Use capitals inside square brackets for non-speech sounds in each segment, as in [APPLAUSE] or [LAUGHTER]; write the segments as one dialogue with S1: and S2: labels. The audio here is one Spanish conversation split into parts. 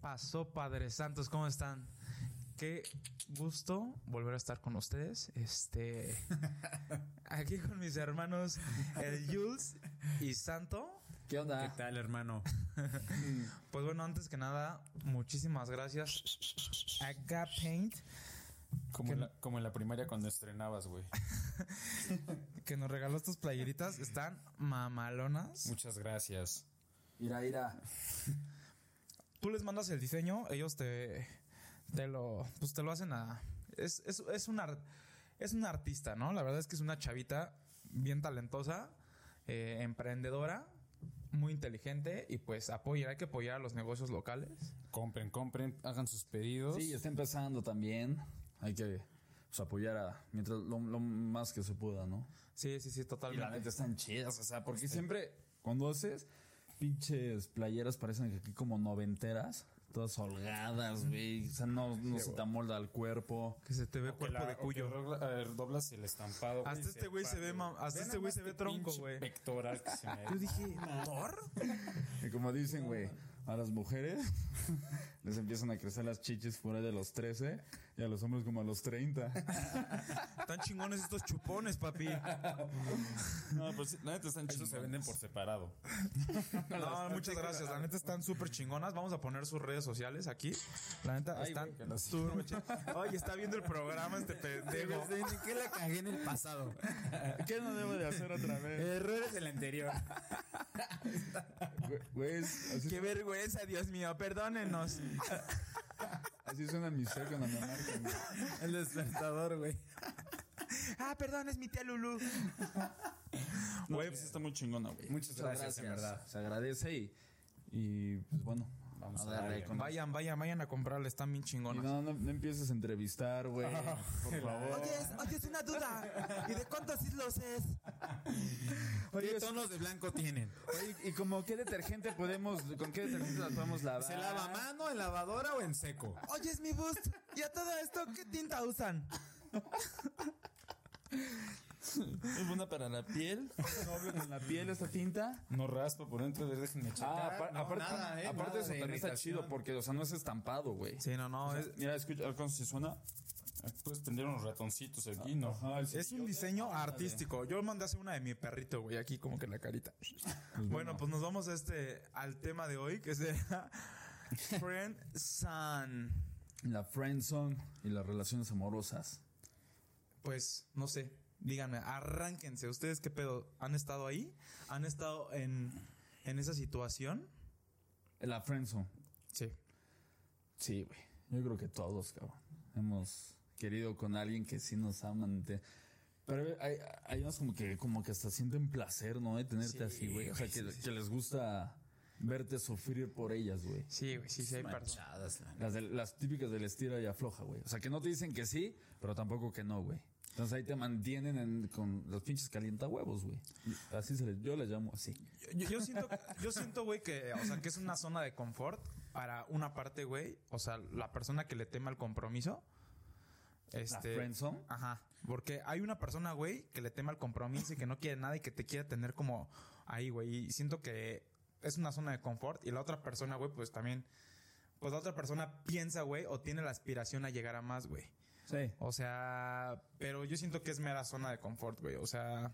S1: pasó, Padre Santos? ¿Cómo están? Qué gusto volver a estar con ustedes. Este. Aquí con mis hermanos, el Jules y Santo.
S2: ¿Qué onda?
S3: ¿Qué tal, hermano?
S1: Pues bueno, antes que nada, muchísimas gracias a Gap Paint
S3: Como, en la, como en la primaria cuando estrenabas, güey.
S1: que nos regaló estas playeritas. Están mamalonas.
S3: Muchas gracias.
S2: Ira, ira.
S1: Tú les mandas el diseño, ellos te, te lo, pues te lo hacen a. Es, es, es una es una artista, ¿no? La verdad es que es una chavita bien talentosa, eh, emprendedora, muy inteligente y pues apoyar, hay que apoyar a los negocios locales.
S3: Compren, compren, hagan sus pedidos.
S2: Sí, está empezando también. Hay que pues, apoyar a, mientras lo, lo más que se pueda, ¿no?
S1: Sí, sí, sí,
S2: Y la
S1: totalmente.
S2: neta están chidas, o sea, porque siempre cuando haces pinches playeras parecen que aquí como noventeras, todas holgadas, güey. O sea, no, no se te amolda al cuerpo.
S1: Que se te ve
S3: O que
S1: cuerpo
S3: la-
S1: de
S3: o que
S1: cuyo.
S3: dobla- a ver, doblas el estampado.
S1: Hasta este güey se ve mam- hasta este güey se ve tronco, güey.
S3: Pectoral que se
S1: [LAUGHS]
S3: me
S1: Yo dije, ¿por?
S2: Y como dicen, güey, a las mujeres [LAUGHS] les empiezan a crecer las chichis fuera de los 13 y a los hombres como a los 30.
S1: Están chingones estos chupones, papi.
S3: No, pues sí, la neta están chidos. se venden por separado.
S1: No, muchas gracias. La neta están súper chingonas. Vamos a poner sus redes sociales aquí. La neta
S2: Ay,
S1: están.
S2: güey, que las-
S1: súper chi- Oye, está viendo el programa este pendejo.
S4: ¿Qué la cagué en el
S3: [LAUGHS]
S4: pasado?
S2: ¿Qué no debo de hacer otra vez?
S4: Errores del anterior.
S2: Güey, Güey, es- así,
S1: Qué vergüenza, Dios mío. Perdónenos.
S2: así suena mi ser cuando me marcan. güey.
S4: El despertador, güey.
S1: Ah, perdón, es mi tía Lulu.
S3: Güey, pues está muy chingona, güey.
S2: Muchas gracias, en verdad. Se agradece y, y, pues bueno, vamos a darle con
S1: Vayan, vayan, vayan a comprarle. Están bien
S2: Y
S1: chingonas.
S2: no, no, no empieces a entrevistar, [LAUGHS] güey. por favor.
S1: oye, es una duda. ¿Y de cuántos islos es?
S4: ¿Qué tonos de blanco tienen?
S2: Oye, ¿Y como qué detergente podemos, con qué detergente las podemos lavar?
S4: ¿Se lava a
S3: Ah.
S4: mano, en lavadora o en seco?
S1: Oye, es mi boost. ¿Y a todo esto qué tinta usan?
S3: Es buena para la piel.
S2: [LAUGHS] ¿No hablo con la piel esta tinta?
S3: No raspa por dentro, déjenme checar.
S2: Ah, apar-
S4: no,
S2: aparte,
S4: nada, eh,
S2: aparte
S4: nada
S2: eso
S4: de
S2: también está
S4: irritación.
S2: chido porque, o sea, no es estampado, güey.
S1: Sí, no, no. Es,
S3: Mira, escucha, a ver cuando se suena. Puedes tener unos ratoncitos aquí, ¿no?
S1: es un diseño artístico. Yo mandé a hacer una de mi perrito, güey, aquí como que en la carita. bueno, pues nos vamos a este, al tema de hoy, que [LAUGHS] será Friend Sun.
S2: La friendzone y las relaciones amorosas.
S1: Pues, no sé. Díganme, arránquense. ¿Ustedes qué pedo? ¿Han estado ahí? ¿Han estado en, en esa situación?
S2: La friendzone.
S1: Sí.
S2: Sí, güey. Yo creo que todos, cabrón. Hemos querido con alguien que sí nos aman. te- Pero hay, hay unos como que, como que hasta sienten placer, ¿no? De tenerte
S1: Sí,
S2: así, güey. O sea,
S1: güey,
S2: que, que les gusta verte sufrir por ellas, güey.
S1: Sí, güey, sí, sí hay personas.
S4: Manchadas, la-
S2: Las, de- las típicas del estira y afloja, güey. O sea, que no te dicen que sí, pero tampoco que no, güey. Entonces ahí te mantienen en- con los pinches calientahuevos, güey. Así se les, yo les llamo así.
S1: Yo, yo siento, yo siento, güey, que, o sea, que es una zona de confort para una parte, güey. O sea, la persona que le tema al compromiso. Este.
S2: friendzone?
S1: Ajá. Porque hay una persona, güey, que le tema al compromiso y que no quiere nada y que te quiere tener como ahí, güey. Y siento que es una zona de confort. Y la otra persona, güey, pues también. Pues la otra persona piensa, güey, o tiene la aspiración a llegar a más, güey.
S2: Sí.
S1: O sea, pero yo siento que es mera zona de confort, güey. O sea,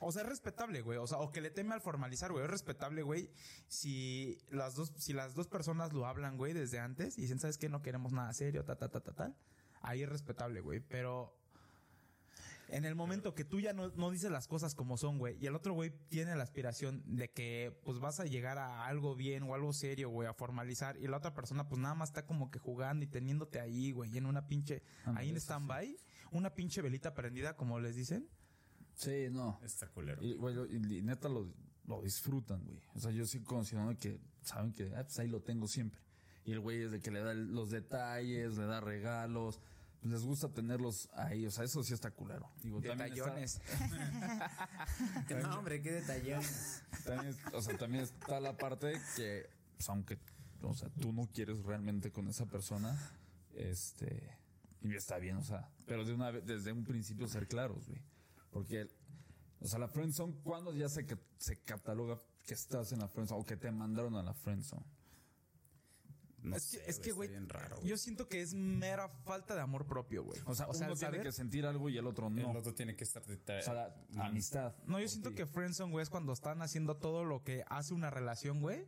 S1: o sea, es respetable, güey. O sea, o que le teme al formalizar, güey. Es respetable, güey. Si las dos, si las dos personas lo hablan, güey, desde antes y dicen, ¿sabes qué? No queremos nada serio, ta, ta, ta, ta, ta. Ahí es respetable, güey. Pero en el momento que tú ya no, no dices las cosas como son, güey, y el otro güey tiene la aspiración de que, pues, vas a llegar a algo bien o algo serio, güey, a formalizar, y la otra persona, pues, nada más está como que jugando y teniéndote ahí, güey, en una pinche,
S2: Ándale,
S1: ahí en
S2: eso sí.
S1: stand-by, una pinche velita prendida, como les dicen.
S2: Sí, no.
S3: Está culero.
S2: Y, güey, lo- y- y neta lo, lo disfrutan, güey. O sea, yo sí considero que saben que ah, pues ahí lo tengo siempre. Y el güey es de que le da el- los detalles, le da regalos. Pues les gusta tenerlos ahí. O sea, eso sí está culero. Digo, Pues también está-
S4: [LAUGHS]
S1: Detallones.
S4: No, hombre, qué detallones.
S2: también es- o sea, también está la parte que, pues, aunque, o sea, tú no quieres realmente con esa persona, este, y está bien, o sea, pero de una vez, desde un principio ser claros, güey. Porque, o sea, la friendzone, ¿cuándo ya se, ca- se cataloga que estás en la friendzone o que te mandaron a la friendzone?
S3: No
S1: es
S3: sé,
S1: que, es que, güey,
S3: está bien raro, güey.
S1: yo siento que es mera falta de amor propio, güey.
S2: O sea, uno
S1: al
S2: tiene
S1: saber- eh,
S2: que sentir algo y el otro no.
S3: El otro tiene que estar
S2: o
S3: detrás.
S2: sea, la amistad.
S1: mm. No, yo siento que friendzone, güey, es cuando están haciendo todo lo que hace una relación, güey.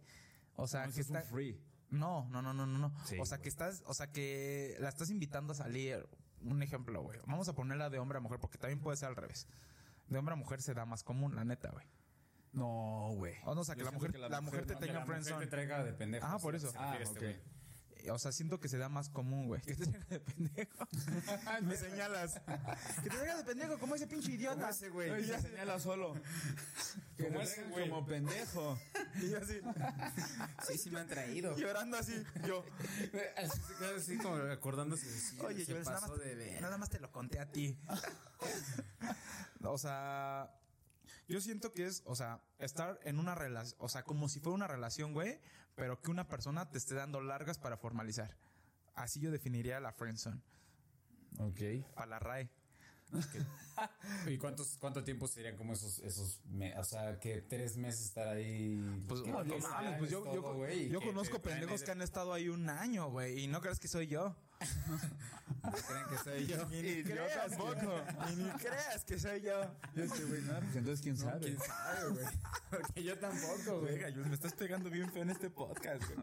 S1: O sea,
S2: Ah, No, eso
S1: que
S2: es un
S1: está...
S2: free.
S1: No, no, no, no, no, no.
S2: Sí,
S1: o sea,
S2: güey.
S1: que estás, o sea, que la estás invitando a salir. Un ejemplo, güey. Vamos a ponerla de hombre a mujer, porque también puede ser al revés. De hombre a mujer se da más común, la neta, güey.
S2: No,
S1: [LAUGHS]
S2: güey.
S1: O no, o sea, que
S2: Yo
S1: la
S2: siento
S1: mujer,
S2: que
S1: la,
S2: la
S1: mujer
S2: mujer
S1: te
S2: no,
S3: Que
S1: tenga
S3: la mujer te
S1: friendzone.
S3: traiga de pendejo.
S1: Ah, por
S3: sí,
S1: eso.
S3: se
S2: Ah,
S3: refiere este
S2: ok.
S1: [LAUGHS]
S3: güey.
S1: O sea, siento que se da más común, güey. Que te traiga de pendejo. Ah, Me señalas. que te traiga de pendejo, como ese pinche idiota.
S4: ese güey.
S2: Oye, ya señala solo.
S3: Como
S2: Como,
S3: ese güey.
S2: como pendejo.
S1: Y yo así,
S4: Sí, sí me han traído.
S1: llorando así, yo.
S4: [LAUGHS] Así se queda así como acordándose de sí,
S1: Oye,
S4: se
S1: yo nada,
S4: pasó
S1: más,
S4: de ver.
S1: nada más te lo conté a ti. [LAUGHS] o sea, yo siento que es, o sea, estar en una relación, o sea, como si fuera una relación, güey, pero que una persona te esté dando largas para formalizar. Así yo definiría la friendzone,
S2: Ok.
S1: para la RAE.
S3: ¿Y cuántos, cuánto tiempo serían como esos, esos me- o sea, que tres meses estar ahí?
S1: Pues,
S3: Que
S1: no, no
S3: les
S1: mames,
S3: hagas
S1: pues yo,
S3: todo,
S1: yo,
S3: güey, y
S1: yo
S3: [LAUGHS] que
S1: conozco
S3: te traen
S1: pendejos
S3: ahí
S1: que han estado ahí un año, güey, y no crees que soy [LAUGHS] yo.
S4: Creen que soy yo.
S1: Y ni creas, poco. Y ni creas que soy yo. este
S2: entonces, ¿quién sabe?
S4: ¿Quién sabe, güey? Porque yo tampoco, güey.
S1: Venga, Jules, me estás pegando bien feo en este podcast, güey.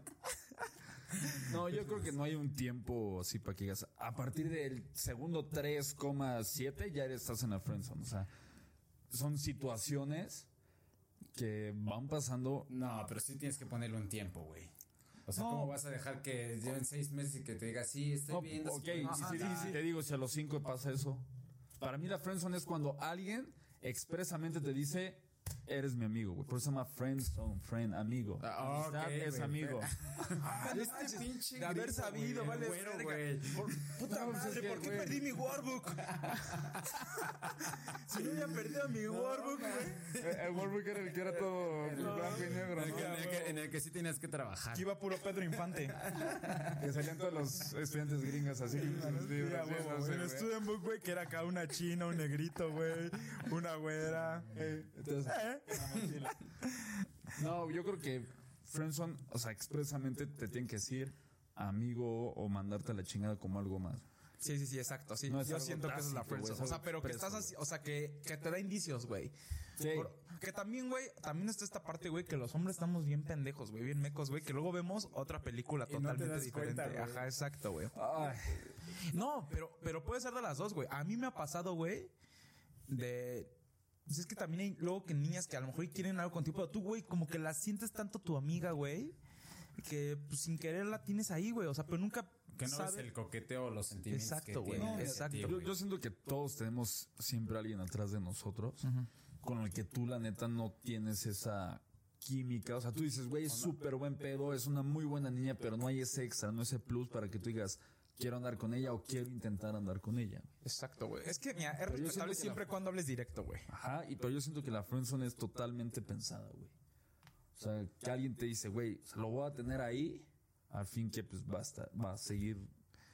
S2: No, yo creo que no hay un tiempo así para que digas. A partir del segundo 3,7 ya estás en la friendzone. O sea, son situaciones que van pasando.
S3: No, pero sí tienes que ponerle un tiempo, güey. O sea,
S2: No.
S3: ¿cómo vas a dejar que lleven seis meses y que te diga, sí, estoy
S2: No,
S3: viendo?
S2: ok,
S3: si-
S2: y si-
S3: Ajá,
S2: sí,
S3: sí,
S2: sí, te digo, si a los 5 pasa eso. Para mí la friendzone es cuando alguien expresamente te dice, eres mi amigo, güey. Por eso se llama friendzone, friend, amigo.
S3: Ah, ok,
S2: Amistad es
S3: güey.
S2: amigo.
S1: Ah,
S3: Este pinche
S1: De haber sabido,
S3: güey,
S1: vale.
S3: güero,
S1: verga.
S3: güey.
S1: Por- [LAUGHS] puta
S2: No, pues
S1: madre,
S2: [LAUGHS] es que,
S1: ¿por qué
S2: güey.
S1: perdí mi Warbook? si yo había perdido mi Warbook, güey.
S2: eh, El Warwick era el que era todo
S1: [LAUGHS]
S2: blanco y negro,
S4: En el que- en el que- en el que sí tenías que trabajar.
S1: Aquí iba puro Pedro Infante.
S2: Que salían todos los estudiantes gringas así.
S1: el Student Book, güey, que era acá una china, un negrito, güey, una güera.
S2: ¿eh? No, yo creo que Friendson, o sea, expresamente te tienen que decir amigo o mandarte a la chingada como algo más.
S1: Sí, sí, sí, exacto. Sí.
S2: No es
S1: Yo
S2: algo
S1: siento que esa es la
S2: tácito, güey,
S1: friendzone.
S2: es
S1: O sea,
S2: algo
S1: pero que
S2: expreso,
S1: estás así, o sea, que, que te da indicios, güey. Por- que también, güey, también está esta parte, güey, que los hombres estamos bien pendejos, güey, bien mecos, güey, que luego vemos otra película
S4: no te
S1: totalmente
S4: das
S1: diferente.
S4: cuenta, güey.
S1: Ajá, exacto, güey.
S2: Ay,
S1: No, pero, pero puede ser de las dos, güey. A mí me ha pasado, güey, de... Pues es que también hay luego que niñas que a lo mejor quieren algo contigo, pero tú, güey, como que la sientes tanto tu amiga, güey, que pues, sin querer la tienes ahí, güey. O sea, pero nunca...
S3: Que no ves
S1: sabes-
S3: el coqueteo o los sentimientos
S1: Exacto,
S3: que
S1: güey,
S3: tienen hacia
S1: exacto.
S3: ti,
S2: yo,
S3: güey.
S2: yo siento que todos tenemos siempre alguien atrás de nosotros con el que tú, la neta, no tienes esa química. O sea, tú dices, güey, es súper buen pedo, es una muy buena niña, pero no hay ese extra, no ese plus para que tú digas, quiero andar con ella o quiero intentar andar con ella.
S1: Exacto, güey. Es que, mira, es
S2: yo siento
S1: respetable
S2: que la-
S1: siempre cuando hables directo, güey.
S2: Ajá, y, pero yo siento que la friendzone es totalmente pensada, güey. O sea, que alguien te dice, güey, o sea, lo voy a tener ahí, al fin que pues basta, va a seguir.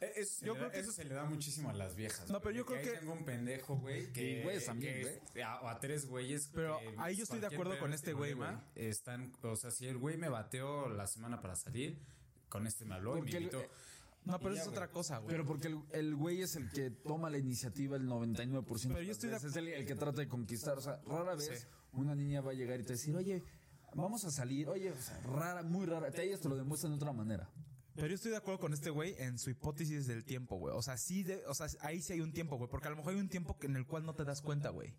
S3: Eh, eso se
S1: yo
S3: le
S1: creo
S3: da-
S1: que-
S3: eso se le da muchísimo a las viejas.
S1: No,
S3: güey,
S1: pero yo
S3: de
S1: creo
S3: ahí
S1: que-
S3: Tengo un pendejo, güey. Que,
S2: Y güeyes también,
S3: que es- A, o a tres güeyes.
S1: Pero
S3: que
S1: ahí yo estoy de
S3: cualquier
S1: acuerdo
S3: pedo
S1: con
S3: de
S1: este güey,
S3: problema, Están, o sea, si el güey me bateó la semana para salir, con este me habló y me
S2: Porque el-
S3: invitó.
S2: eh,
S1: No, pero
S3: Y ya,
S1: es
S3: güey.
S1: otra cosa, güey.
S2: Pero porque el, el güey es el que toma la iniciativa el 99%.
S1: Pero
S2: de
S1: yo
S2: las
S1: estoy de
S2: veces, es el, el que trata de conquistar. O sea, rara vez una niña va a llegar y te va a decir, oye, vamos a salir. Oye, o sea, rara, muy rara. Te- Ellas te lo demuestran de otra manera.
S1: Pero yo estoy de acuerdo con este güey en su hipótesis del tiempo, güey. O sea, sí, de- o sea, ahí sí hay un tiempo, güey. Porque a lo mejor hay un tiempo que- en el cual no te das cuenta, güey.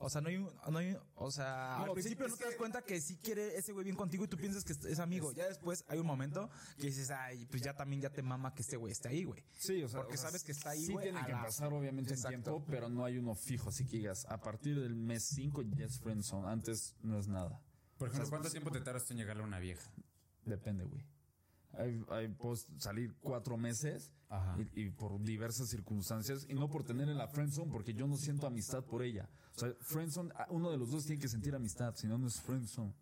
S1: O sea, no hay un, no hay un- o sea, al
S3: sí,
S1: principio
S3: es
S1: no te das cuenta que sí quiere ese güey bien contigo y tú piensas que es amigo. Ya después hay un momento que dices, ay, pues ya también ya te mama que este güey esté ahí, güey.
S2: Sí, o sea,
S1: Porque
S2: o sea,
S1: sabes que está ahí,
S2: Sí,
S1: güey,
S2: tiene
S1: a
S2: que
S1: la-
S2: pasar obviamente un
S1: Exacto.
S2: tiempo, pero no hay uno fijo. Así que digas, a partir del mes 5 ya es friendzone. Antes no es nada.
S3: Por ejemplo, ¿cuánto tiempo te tardas tú en llegarle a una vieja?
S2: Depende, güey. Hay, hay- puedo salir cuatro meses
S3: Ajá.
S2: y, y por diversas circunstancias y no por tener en la friendzone porque yo no siento amistad por ella. O sea, friendzone, ah, uno de los dos tiene que sentir amistad, si no, no es friendzone.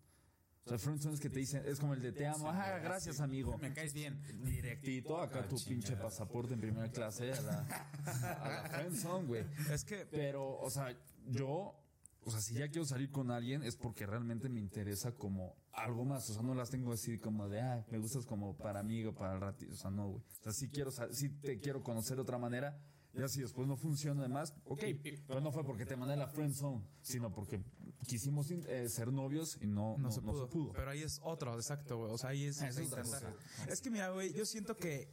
S2: O sea, friendzone es que te dicen, es como el de te amo, ah, gracias amigo.
S3: Me caes bien.
S2: Directito, acá tu pinche pasaporte en primera clase a la, a la friendzone, güey.
S1: Es que,
S2: Pero, o sea, yo o sea, si ya quiero salir con alguien es porque realmente me interesa como algo más. O sea, no las tengo así como de, ah, me gustas como para amigo, para el ratito. O sea, no, güey. O sea, si quiero, sal- sí te quiero conocer de otra manera. Ya si después no funciona además, ok, pero no fue porque te mandé a la friend zone, sino porque quisimos eh, ser novios y no,
S1: No, se, pudo, Pero ahí es otro, exacto, güey. O sea, ahí es.
S2: Ah, es otra
S1: intentar. Es que mira, güey, yo siento que.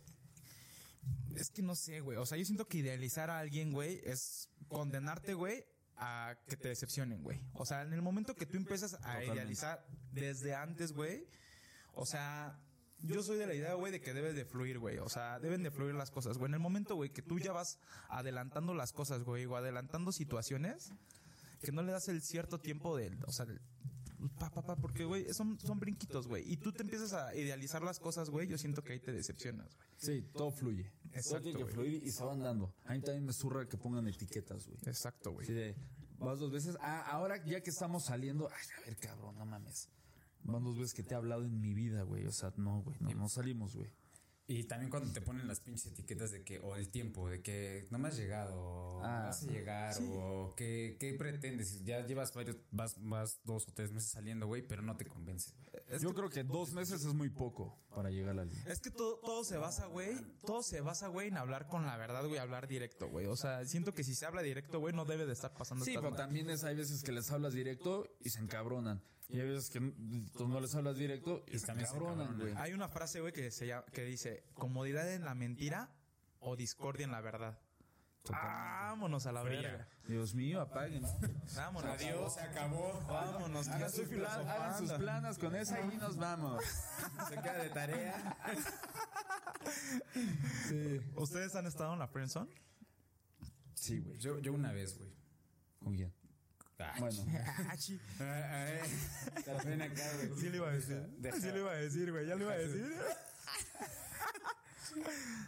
S1: Es que no sé, güey. O sea, yo siento que idealizar a alguien, güey, es condenarte, güey, a que te decepcionen, güey. O sea, en el momento que tú empiezas a
S2: Totalmente.
S1: idealizar desde antes, güey. O sea, yo soy de la idea, güey, de que debe de fluir, güey. O sea, deben de fluir las cosas, güey. En el momento, güey, que tú ya vas adelantando las cosas, güey, o adelantando situaciones, que no le das el cierto tiempo de, o sea, del- pa, pa, pa, porque, güey, son, son brinquitos, güey. Y tú te empiezas a idealizar las cosas, güey, yo siento que ahí te decepcionas, güey.
S2: Sí, todo fluye. todo
S1: Exacto,
S2: tiene que
S1: güey.
S2: fluir y se van dando. A mí también me zurra que pongan etiquetas, güey.
S1: Exacto, güey.
S2: Así de, vas dos veces. Ah, ahora ya que estamos saliendo, ay, a ver, cabrón, no mames. Van dos veces que te he hablado en mi vida, güey. O sea, no, güey, no, no salimos, güey.
S3: Y también cuando te ponen las pinches etiquetas de que, o el tiempo, de que no me has llegado, o
S2: Ah,
S3: no vas a llegar, o que, ¿qué pretendes? Ya llevas varios, vas, vas dos o tres meses saliendo, güey, pero no te convence.
S2: Yo creo que dos meses es muy poco para llegar a la línea.
S1: Es que todo, todo se basa, güey. Todo se basa, güey, en hablar con la verdad, güey, hablar directo, güey. O sea, siento que si se habla directo, güey, no debe de estar pasando
S2: Sí,
S1: estas
S2: pero
S1: madres.
S2: también es, hay veces que les hablas directo y se encabronan. Y hay veces que n- tú no les hablas directo y,
S3: Y
S2: se
S3: también se
S2: encabronan,
S3: encabronan.
S2: güey.
S1: Hay una frase, güey, que, se llama- que dice: comodidad en la mentira o discordia en la verdad. Vámonos a la verga.
S2: Dios mío, apaguen.
S1: Vámonos.
S3: Adiós, se acabó.
S1: Vámonos. que
S2: Ah, Hagan
S1: estoy
S2: sus, plan- hagan sus
S1: filosofando.
S2: planas con esa y nos vamos.
S3: Se queda de tarea.
S2: Sí.
S1: ¿Ustedes han estado en la friendzone?
S2: Sí, güey.
S3: Yo, yo una vez, güey.
S2: ¿Con quién?
S3: Ay,
S2: Bueno,
S1: Ah, sí.
S2: Eh,
S3: ay, ay. La pena acá, güey.
S1: Sí le iba a decir. Sí le iba a decir, güey. Ya le iba a decir. [LAUGHS]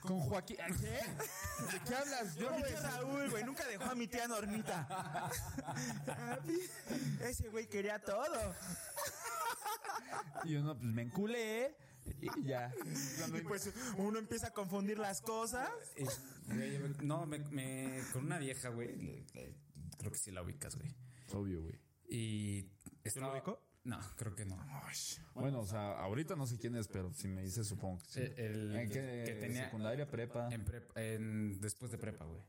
S2: con Joaquín. ¿A ¿Qué? ¿De qué hablas? Yo
S1: Yo
S2: no
S1: mi
S2: voy a
S1: tía Raúl, güey. Nunca dejó a mi tía Normita. Ah, pi- [LAUGHS] Ese güey quería todo.
S2: Y uno, pues me enculé. Y ya.
S1: Y pues uno empieza a confundir las cosas.
S3: Eh, güey, yo me- No, me, me- con una vieja, güey. le- le- Creo que sí la ubicas, güey.
S2: Obvio, güey.
S3: Y. estaba-
S1: ubicó?
S3: No, creo que no.
S2: Bueno, o sea, ahorita no sé quién es, pero si me dices, supongo que sí.
S3: Eh, el-
S2: ¿En qué?
S3: que tenía-
S2: Secundaria, prepa.
S3: En prep- en- después de prepa, güey.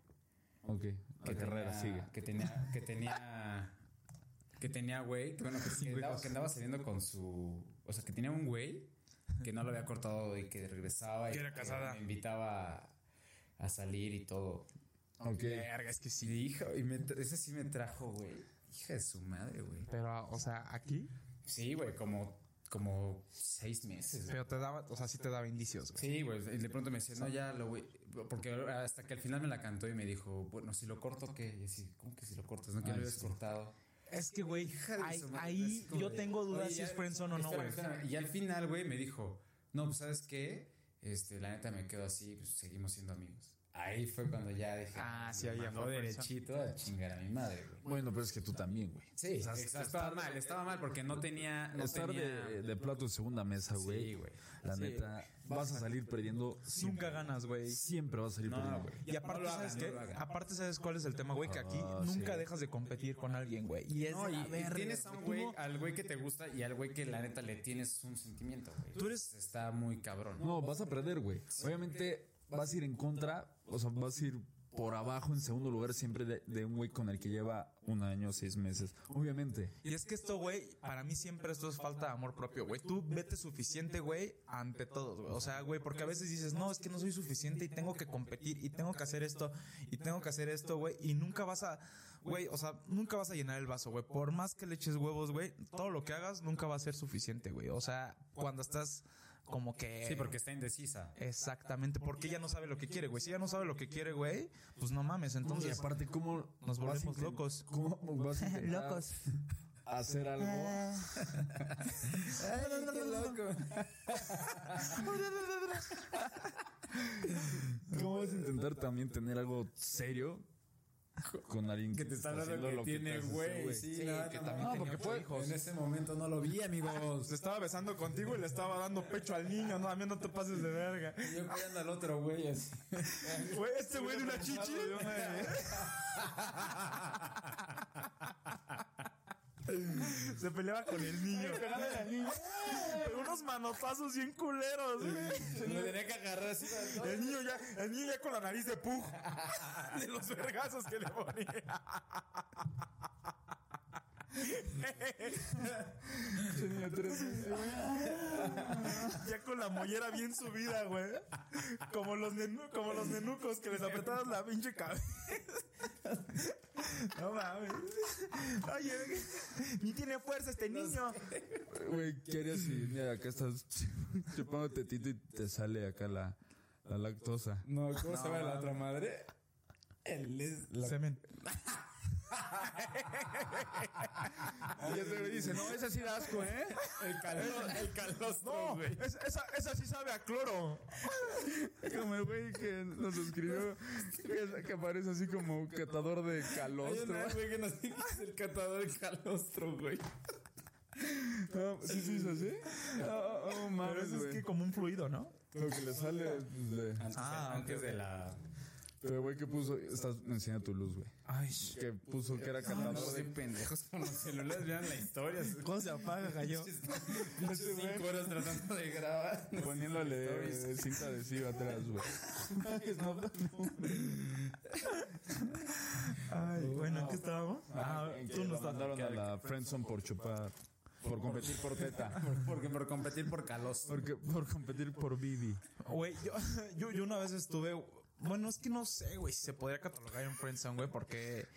S2: Ok. Ah, ¿Qué
S3: Que
S2: carrera
S3: tenía-
S2: sigue?
S3: ah, Que tenía, que tenía, que tenía, güey, que bueno, [LAUGHS] que, que andaba, que andaba saliendo con su, o sea, que tenía un güey que no lo había cortado y que regresaba y
S1: Que era casada.
S3: me invitaba a, a salir y todo.
S2: Ok.
S3: Verga, es que sí, hija, y me tra- ese sí me trajo, güey. Hija de su madre, güey.
S1: Pero, o sea, aquí.
S3: Sí, güey, como, como seis meses. güey.
S1: Pero te daba, o sea, sí te daba indicios, güey.
S3: Sí, güey, y de pronto me decía, no, ya lo voy, porque hasta que al final me la cantó y me dijo, bueno, si lo corto, ¿qué? Y así, ¿cómo que si lo cortas? No, que lo
S2: Ay,
S3: habías
S2: sí.
S3: cortado.
S1: Es que, güey,
S3: Hija de
S1: ahí,
S3: su madre, así
S1: ahí
S3: como
S1: yo
S3: de,
S1: tengo dudas
S3: "Oye,
S1: si
S3: ya-
S1: es friendzone o no,
S3: espérame,
S1: güey.
S3: espérame". Y al final, güey, me dijo, no, pues sabes qué, este, la neta me quedo así, pues seguimos siendo amigos. Ahí fue cuando ya dije,
S1: Ah,
S3: "Me
S1: sí, ahí ya
S3: mandó
S1: fue friendzone".
S3: derechito a chingar a mi madre, güey.
S2: Bueno, pero es que tú también, güey.
S3: Sí, exacto, estaba mal, estaba mal porque no tenía, no
S2: Estar
S3: tenía,
S2: de, de plato de segunda mesa, güey.
S3: Sí, güey.
S2: La neta, vas a salir perdiendo.
S1: Nunca
S2: Siempre,
S1: ganas, güey.
S2: siempre vas a salir
S3: No,
S2: perdiendo.
S3: güey.
S1: Y aparte,
S3: No lo
S1: ¿sabes
S3: hagan,
S1: qué?
S3: no lo hagan.
S1: Aparte, ¿sabes cuál es el tema, güey? Que aquí
S2: Ah,
S1: nunca
S2: sí.
S1: dejas de competir con alguien, güey. Y es
S3: No, y,
S1: la
S3: y
S1: verga,
S3: tienes a un
S1: Tú
S3: güey,
S1: no-
S3: al güey que te gusta y al güey que la neta le tienes un sentimiento, güey.
S1: Tú eres-
S3: Está muy cabrón.
S2: No, vas a perder, güey. Obviamente vas a ir en contra, o sea, vas a ir por abajo en segundo lugar siempre de, de un güey con el que lleva un año, seis meses. Obviamente.
S1: Y es que esto, güey, para mí siempre esto es falta de amor propio, güey. Tú vete suficiente, güey, ante todos, güey. O sea, güey, porque a veces dices, no, es que no soy suficiente y tengo que competir y tengo que hacer esto y tengo que hacer esto, güey. Y nunca vas a, güey, o sea, nunca vas a llenar el vaso, güey. Por más que le eches huevos, güey, todo lo que hagas nunca va a ser suficiente, güey. O sea, cuando estás como que...
S3: Sí, porque
S1: [LAUGHS]
S3: está indecisa.
S1: Exactamente, porque ella no sabe lo que quiere, güey. Si ella no sabe lo que quiere, güey, pues no mames,
S2: y
S1: entonces...
S2: aparte, ¿cómo
S1: Nos
S2: vas a
S1: volvemos
S2: intent-
S1: locos.
S2: [LAUGHS] ¿Cómo
S1: [LAUGHS]
S2: vas a intentar hacer algo? ¿Cómo vas a intentar también tener algo serio con alguien que,
S3: te está
S2: dando
S3: hablando que tiene, güey. Sí, no, no, no,
S2: porque fue-
S3: En ese momento no lo vi, amigos.
S1: Se estaba besando contigo y le estaba dando pecho al niño. No, a mí no te pases de verga.
S3: Yo cuidando al otro, güey. así.
S1: Güey, este güey de una chichi. Se peleaba con el niño.
S2: [LAUGHS]
S1: Pero [LAUGHS] unos manotazos bien culeros.
S4: Me tenía que agarrar así. ¿no?
S1: El niño ya, el niño ya con la nariz de pug. De los vergazos que le ponía.
S2: Tenía tres meses.
S1: Ya con la mollera bien subida, güey. Como los, nenu- como los nenucos que les apretabas la pinche cabeza. No mames. Oye, ni tiene fuerza este niño.
S2: Güey, ¿qué harías si mira, acá estás [LAUGHS] chupando tetito y te sale acá la, la lactosa?
S4: No, ¿cómo se llama la otra madre? El es la
S1: Semen.
S2: Y ese güey dice, no, esa sí da asco, ¿eh?
S4: El calor, el calostro,
S1: No,
S4: güey.
S1: es- Oh, esa, esa sí sabe a cloro.
S2: Como el güey que nos escribió, que, que aparece así como catador de
S4: Hay
S2: calostro.
S4: una, güey, que nos dice que es el catador del calostro, güey.
S2: No, ¿Sí se hizo así? Oh, oh,
S1: Pero
S2: mames,
S1: eso es
S2: güey.
S1: que como un fluido, ¿no?
S2: Lo que le sale pues, de...
S4: Antes,
S1: Ah,
S4: de, antes
S1: ok,
S4: de la.
S2: Pero güey, ¿qué puso? Estás, me enseña tu luz, güey.
S1: Ay,
S2: Que puso que era catador
S4: Todos
S2: de...
S4: bien pendejos con los celulares, vean la historia. [LAUGHS]
S1: ¿cómo se apaga, gallo?
S4: Pinches cinco horas tratando de grabar.
S2: Poniéndole eh, cinta adhesiva atrás, güey.
S1: Ay, bueno, ¿en qué estábamos? Ah, tú no estás.
S2: mandaron a la Friendzone por chupar. Por competir por teta.
S3: [LAUGHS]
S4: Porque por competir por calostro.
S2: Porque, por competir por Bibi.
S1: Güey, yo, [LAUGHS] yo, yo una vez estuve. Bueno, es que no sé, güey, si se podría catalogar en Friendzone, güey, porque.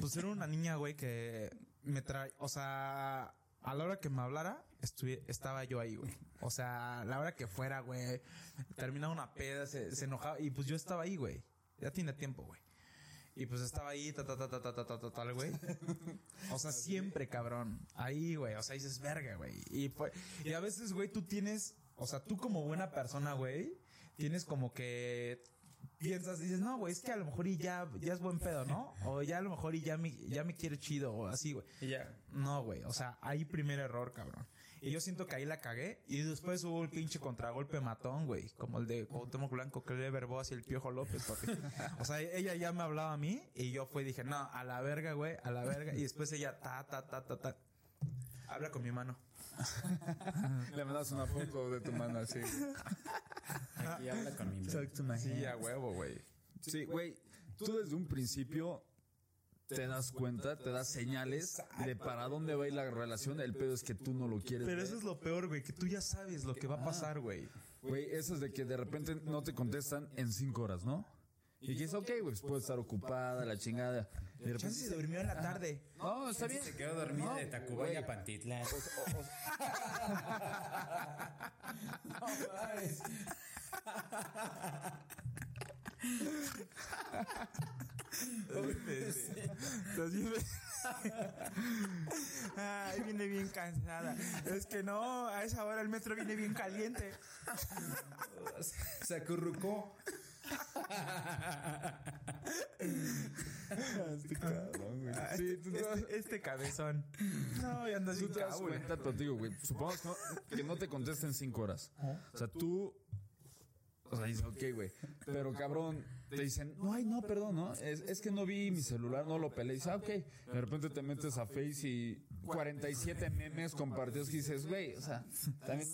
S1: Pues era una niña, güey, que me trae. O sea, a la hora que me hablara, estuvi- estaba yo ahí, güey. O sea, a la hora que fuera, güey, terminaba una peda, se, se enojaba. Y pues yo estaba ahí, güey. Ya tiene tiempo, güey. Y pues estaba ahí, ta, ta, ta, ta, ta, ta, ta, ta, tal, güey. O sea, siempre, cabrón. Ahí, güey. O sea, dices, verga, güey. Y, fue- y a veces, güey, tú tienes, o sea, tú como buena persona, güey, tienes como que piensas, dices, no, güey, es que a lo mejor y ya, ya es buen pedo, ¿no? O ya a lo mejor y ya me, ya me quiere chido, o así, güey.
S4: Y ya.
S1: No, güey. O sea, ahí primer error, cabrón. Y yo siento que ahí la cagué. Y después hubo el pinche contragolpe matón, güey. Como el de Cuauhtémoc Blanco que le verbó hacia el Piojo López. porque- o sea, ella ya me hablaba a mí. Y yo fui y dije, no, a la verga, güey, a la verga. Y después ella, ta, ta, ta, ta, ta. Habla con mi mano.
S2: Le mandas una foto de tu mano así.
S4: Aquí habla con mi mente.
S2: Sí, a huevo, güey. Sí, güey. Tú desde un principio te das cuenta, te das señales de para dónde va a ir la relación. El pedo es que tú no lo quieres.
S1: Pero
S2: ver.
S1: eso es lo peor, güey. Que tú ya sabes lo que
S2: Ah.
S1: va a pasar, güey.
S2: Güey, eso es de que de repente no te contestan en cinco horas, ¿no? Y dices, ok, güey, pues puedo estar ocupada, la chingada. Y de repente
S1: Chance se durmió en la tarde.
S2: No, está bien.
S4: Se quedó dormida
S2: No,
S4: de Tacubaya a Pantitlán.
S1: Estás bien- Ay, viene bien cansada. Es que no, a esa hora el metro viene bien caliente.
S4: Se
S2: [LAUGHS]
S4: acurrucó.
S2: Este Sí, tú te das-
S1: Este, este cabezón. No, ya andas
S2: tú
S1: bien
S2: te das
S1: cabula.
S2: cuenta, pero te digo, güey, supongamos que no, que no te contesta en cinco horas. O sea, tú... O sea, dices, ok, güey. Pero cabrón, te dicen, no, ay, no, perdón, ¿no? Es, es que no vi mi celular, no lo peleé. Y dices, ah, ok. De repente te metes a Face y 47 memes compartidos que dices, güey, o sea, también...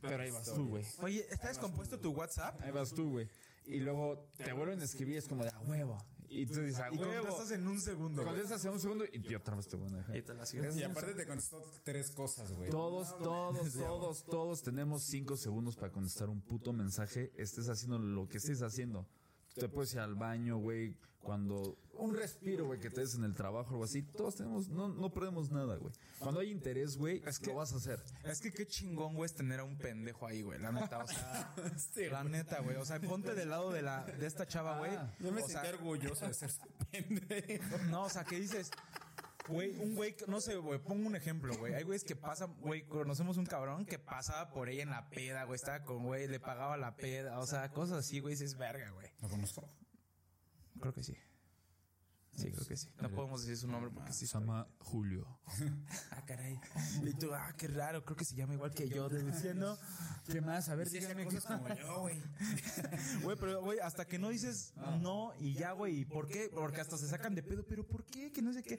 S2: Pero ahí vas tú, güey.
S1: Oye, ¿está descompuesto tu WhatsApp?
S2: Ahí vas tú, güey. Y luego te vuelven a escribir, es como de a huevo. Y tú dices, a
S1: Y
S2: huevo.
S1: contestas en un segundo. güey.
S2: Contestas en un segundo y yo otra vez te voy a dejar.
S4: Y aparte te contestó tres cosas, güey.
S2: Todos, todos, todos, todos tenemos cinco segundos para contestar un puto mensaje. Estés haciendo lo que estés haciendo. Te puedes ir al baño, güey. Cuando un respiro, güey, que te des en el trabajo o así. Todos tenemos, no, no perdemos nada, güey. Cuando hay interés, güey, es que lo vas a hacer.
S1: Es que qué chingón, güey, es tener a un pendejo ahí, güey. La neta, o
S2: [LAUGHS]
S1: sea. la neta, güey. O sea, ponte del lado de, la, de esta chava, güey.
S2: Ah,
S4: Yo me
S1: O sea,
S4: sentí orgulloso de ser su [LAUGHS] pendejo.
S1: No, o sea, que dices, güey, un güey, que- no sé, güey, pongo un ejemplo, güey. Hay güeyes que pasan, güey, conocemos un cabrón que pasaba por ella en la peda, güey, estaba con güey, le pagaba la peda, o sea, cosas así, güey, dices, verga, güey.
S4: ¿Lo conozco?
S1: Creo que sí. Sí, creo que sí. No podemos decir su nombre porque sí.
S2: Se llama Julio.
S3: Ah, caray.
S1: Y tú, ah, qué raro, creo que se llama igual que yo, deduciendo. ¿Qué más? A ver,
S3: Sí, hacía
S1: díganme
S3: cosas como yo, güey.
S1: [LAUGHS] Güey, pero güey, hasta que no dices no y ya, güey, ¿y por qué? Porque hasta se sacan de pedo, pero ¿por qué? Que no sé qué.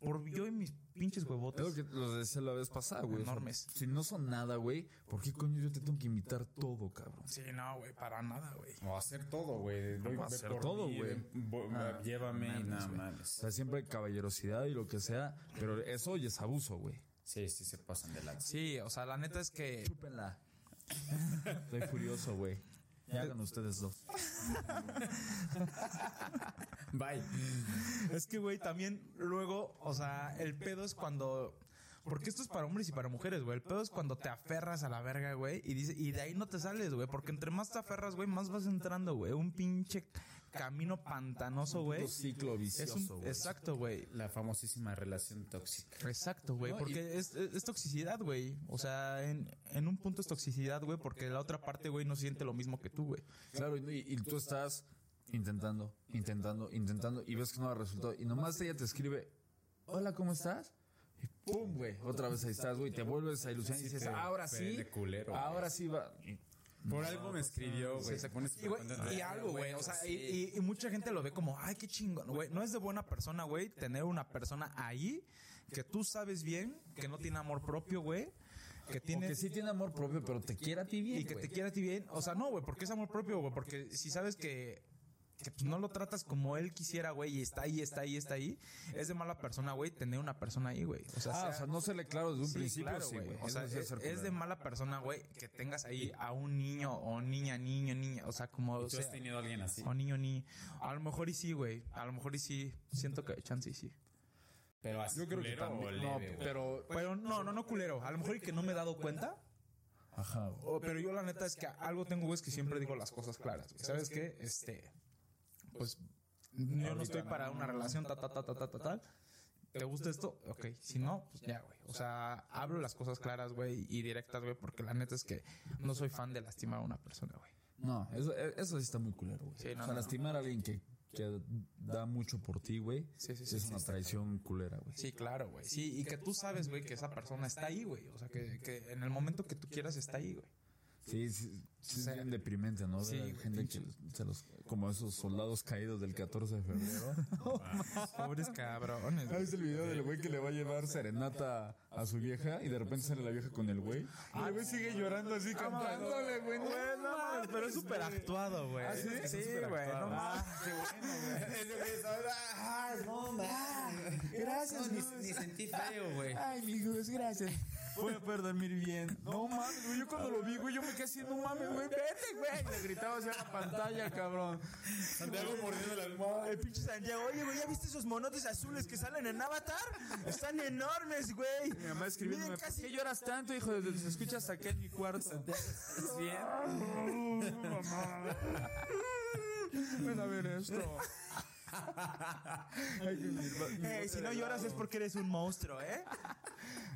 S1: Por yo y mis pinches
S2: Es lo
S1: huevotes.
S2: que los decía la vez pasada, güey. O sea,
S1: Enormes.
S2: si no son nada, güey, ¿por qué coño yo te tengo que invitar todo, cabrón?
S1: Sí, no, güey, para nada, güey.
S3: O hacer todo, güey. Voy-
S2: O
S3: ve
S2: Ah, hacer
S3: por
S2: todo,
S3: mí,
S2: güey. Ah,
S3: ve- vo- Llévame y nada
S2: O
S3: más.
S2: sea, siempre hay caballerosidad y lo que sea, pero eso ya es abuso, güey.
S3: Sí, sí, se pasan de lanza.
S1: Sí, o sea, la neta es que
S2: Chúpenla. [LAUGHS] Estoy furioso, güey. Ya hagan ustedes dos.
S3: Bye.
S1: Es que, güey, también luego, o sea, el pedo es cuando. Porque esto es para hombres y para mujeres, güey. El pedo es cuando te aferras a la verga, güey. Y, dice, y de ahí no te sales, güey. Porque entre más te aferras, güey, más vas entrando, güey. Un pinche camino pantanoso, güey.
S2: Pues, Un ciclo
S1: Es
S2: vicioso,
S1: un,
S2: güey.
S1: exacto, güey.
S3: La famosísima relación tóxica.
S1: Exacto, güey. Porque es, es- es toxicidad, güey. O sea, en, en un punto es toxicidad, güey. Porque la otra parte, güey, no siente lo mismo que tú, güey.
S2: Claro, y, y tú estás intentando, intentando, intentando y ves que no da resultado. Y nomás ella te escribe, hola, ¿cómo estás? Y pum, güey, otra vez ahí estás, güey. Te vuelves a ilusionar y dices,
S3: pero-
S2: ahora
S3: pero
S2: sí, Ah,
S3: de culero, güey".
S2: ahora sí va. Y-
S3: Por algo me escribió, güey. Se pone
S1: Y,
S3: súper
S1: güey,
S3: contento.
S1: y algo, güey. O sea, y, y- y mucha gente lo ve como, ay, qué chingón, güey. No es de buena persona, güey, tener una persona ahí que tú sabes bien que no tiene amor propio, güey. Que
S2: o
S1: tiene.
S2: que sí tiene amor propio, pero te quiere a ti bien,
S1: y que
S2: güey.
S1: te quiere a ti bien. O sea, no, güey, porque es amor propio, güey. Porque si sabes que. que, pues, no lo tratas como él quisiera, güey, y está ahí, está ahí, está ahí. Es de mala persona, güey, tener una persona ahí, güey. O sea,
S2: Ah,
S1: sea-
S2: o sea, no se le claro desde un
S1: Sí,
S2: principio,
S1: claro,
S2: sí,
S1: güey.
S2: güey.
S1: O sea,
S2: Eso sí
S1: es,
S2: ser
S1: es de
S2: culero.
S1: mala persona, güey, que tengas ahí a un niño o niña, niño, niña. O sea, como.
S3: ¿Tú este
S1: o sea,
S3: has tenido a alguien así?
S1: o niño ni. A lo mejor y sí, güey. A lo mejor y sí. Siento que chance y sí.
S3: Pero así
S2: Yo creo que
S3: culero o
S2: también.
S3: leve,
S2: No,
S3: güey.
S2: pero.
S1: Pero no, no, no culero. A lo mejor y Pues, que no me he dado cuenta.
S2: Ajá, güey.
S1: o- pero yo la neta es que algo tengo, güey, es que siempre digo las cosas claras. güey. ¿Sabes qué? Este. Pues yo no estoy para una relación, ta, ta, ta, ta, ta, ta, tal. ¿Te gusta esto? Ok. Si no, pues ya, güey. O sea, hablo las cosas claras, güey, y directas, güey, porque la neta es que no soy fan de lastimar a una persona, güey.
S2: No, eso, e- eso sí está muy culero, güey.
S1: Sí,
S2: o
S1: no,
S2: sea,
S1: no.
S2: lastimar a alguien que, que da mucho por ti, güey,
S1: Sí, sí, sí,
S2: es
S1: sí,
S2: una
S1: está
S2: traición culera, güey.
S1: Sí, claro, güey. Sí, y que tú sabes, güey, que esa persona está ahí, güey. O sea, que, que en el momento que tú quieras está ahí, güey.
S2: Sí, sí, sí
S1: sea,
S2: es bien deprimente, ¿no?
S1: sí,
S2: Sí,
S1: güey,
S2: gente que se los, como esos soldados caídos del 14 de febrero.
S1: [LAUGHS] Pobres cabrones.
S2: [LAUGHS] ¿Has visto el video del güey que le va a llevar serenata a su vieja y de repente sale la vieja con el güey? Y el güey sigue llorando así, cantándole, güey. no mames.
S1: pero es súper actuado, güey.
S2: sí?
S1: Sí, güey, no mames.
S2: pues,
S3: Gracias, ni, ni sentí feo, güey.
S2: Ay, mi hijo, gracias. Voy a poder dormir bien. No mames, güey. Yo cuando lo vi, güey, yo me quedé así, no mames, güey. Vete, güey. Le gritaba hacia la pantalla, cabrón.
S3: Santiago mordiendo la almohada.
S1: El pinche Santiago, oye, güey, ¿ya viste esos monotes azules que salen en Avatar? Están enormes, güey.
S2: Mi mamá escribiéndome,
S1: Miren,
S2: ¿por
S1: casi-
S2: qué lloras tanto, hijo? Desde que se escucha hasta acá en mi cuarto.
S1: [LAUGHS]
S2: Ven a ver esto.
S1: Eh, si no lloras es porque eres un monstruo, ¿eh?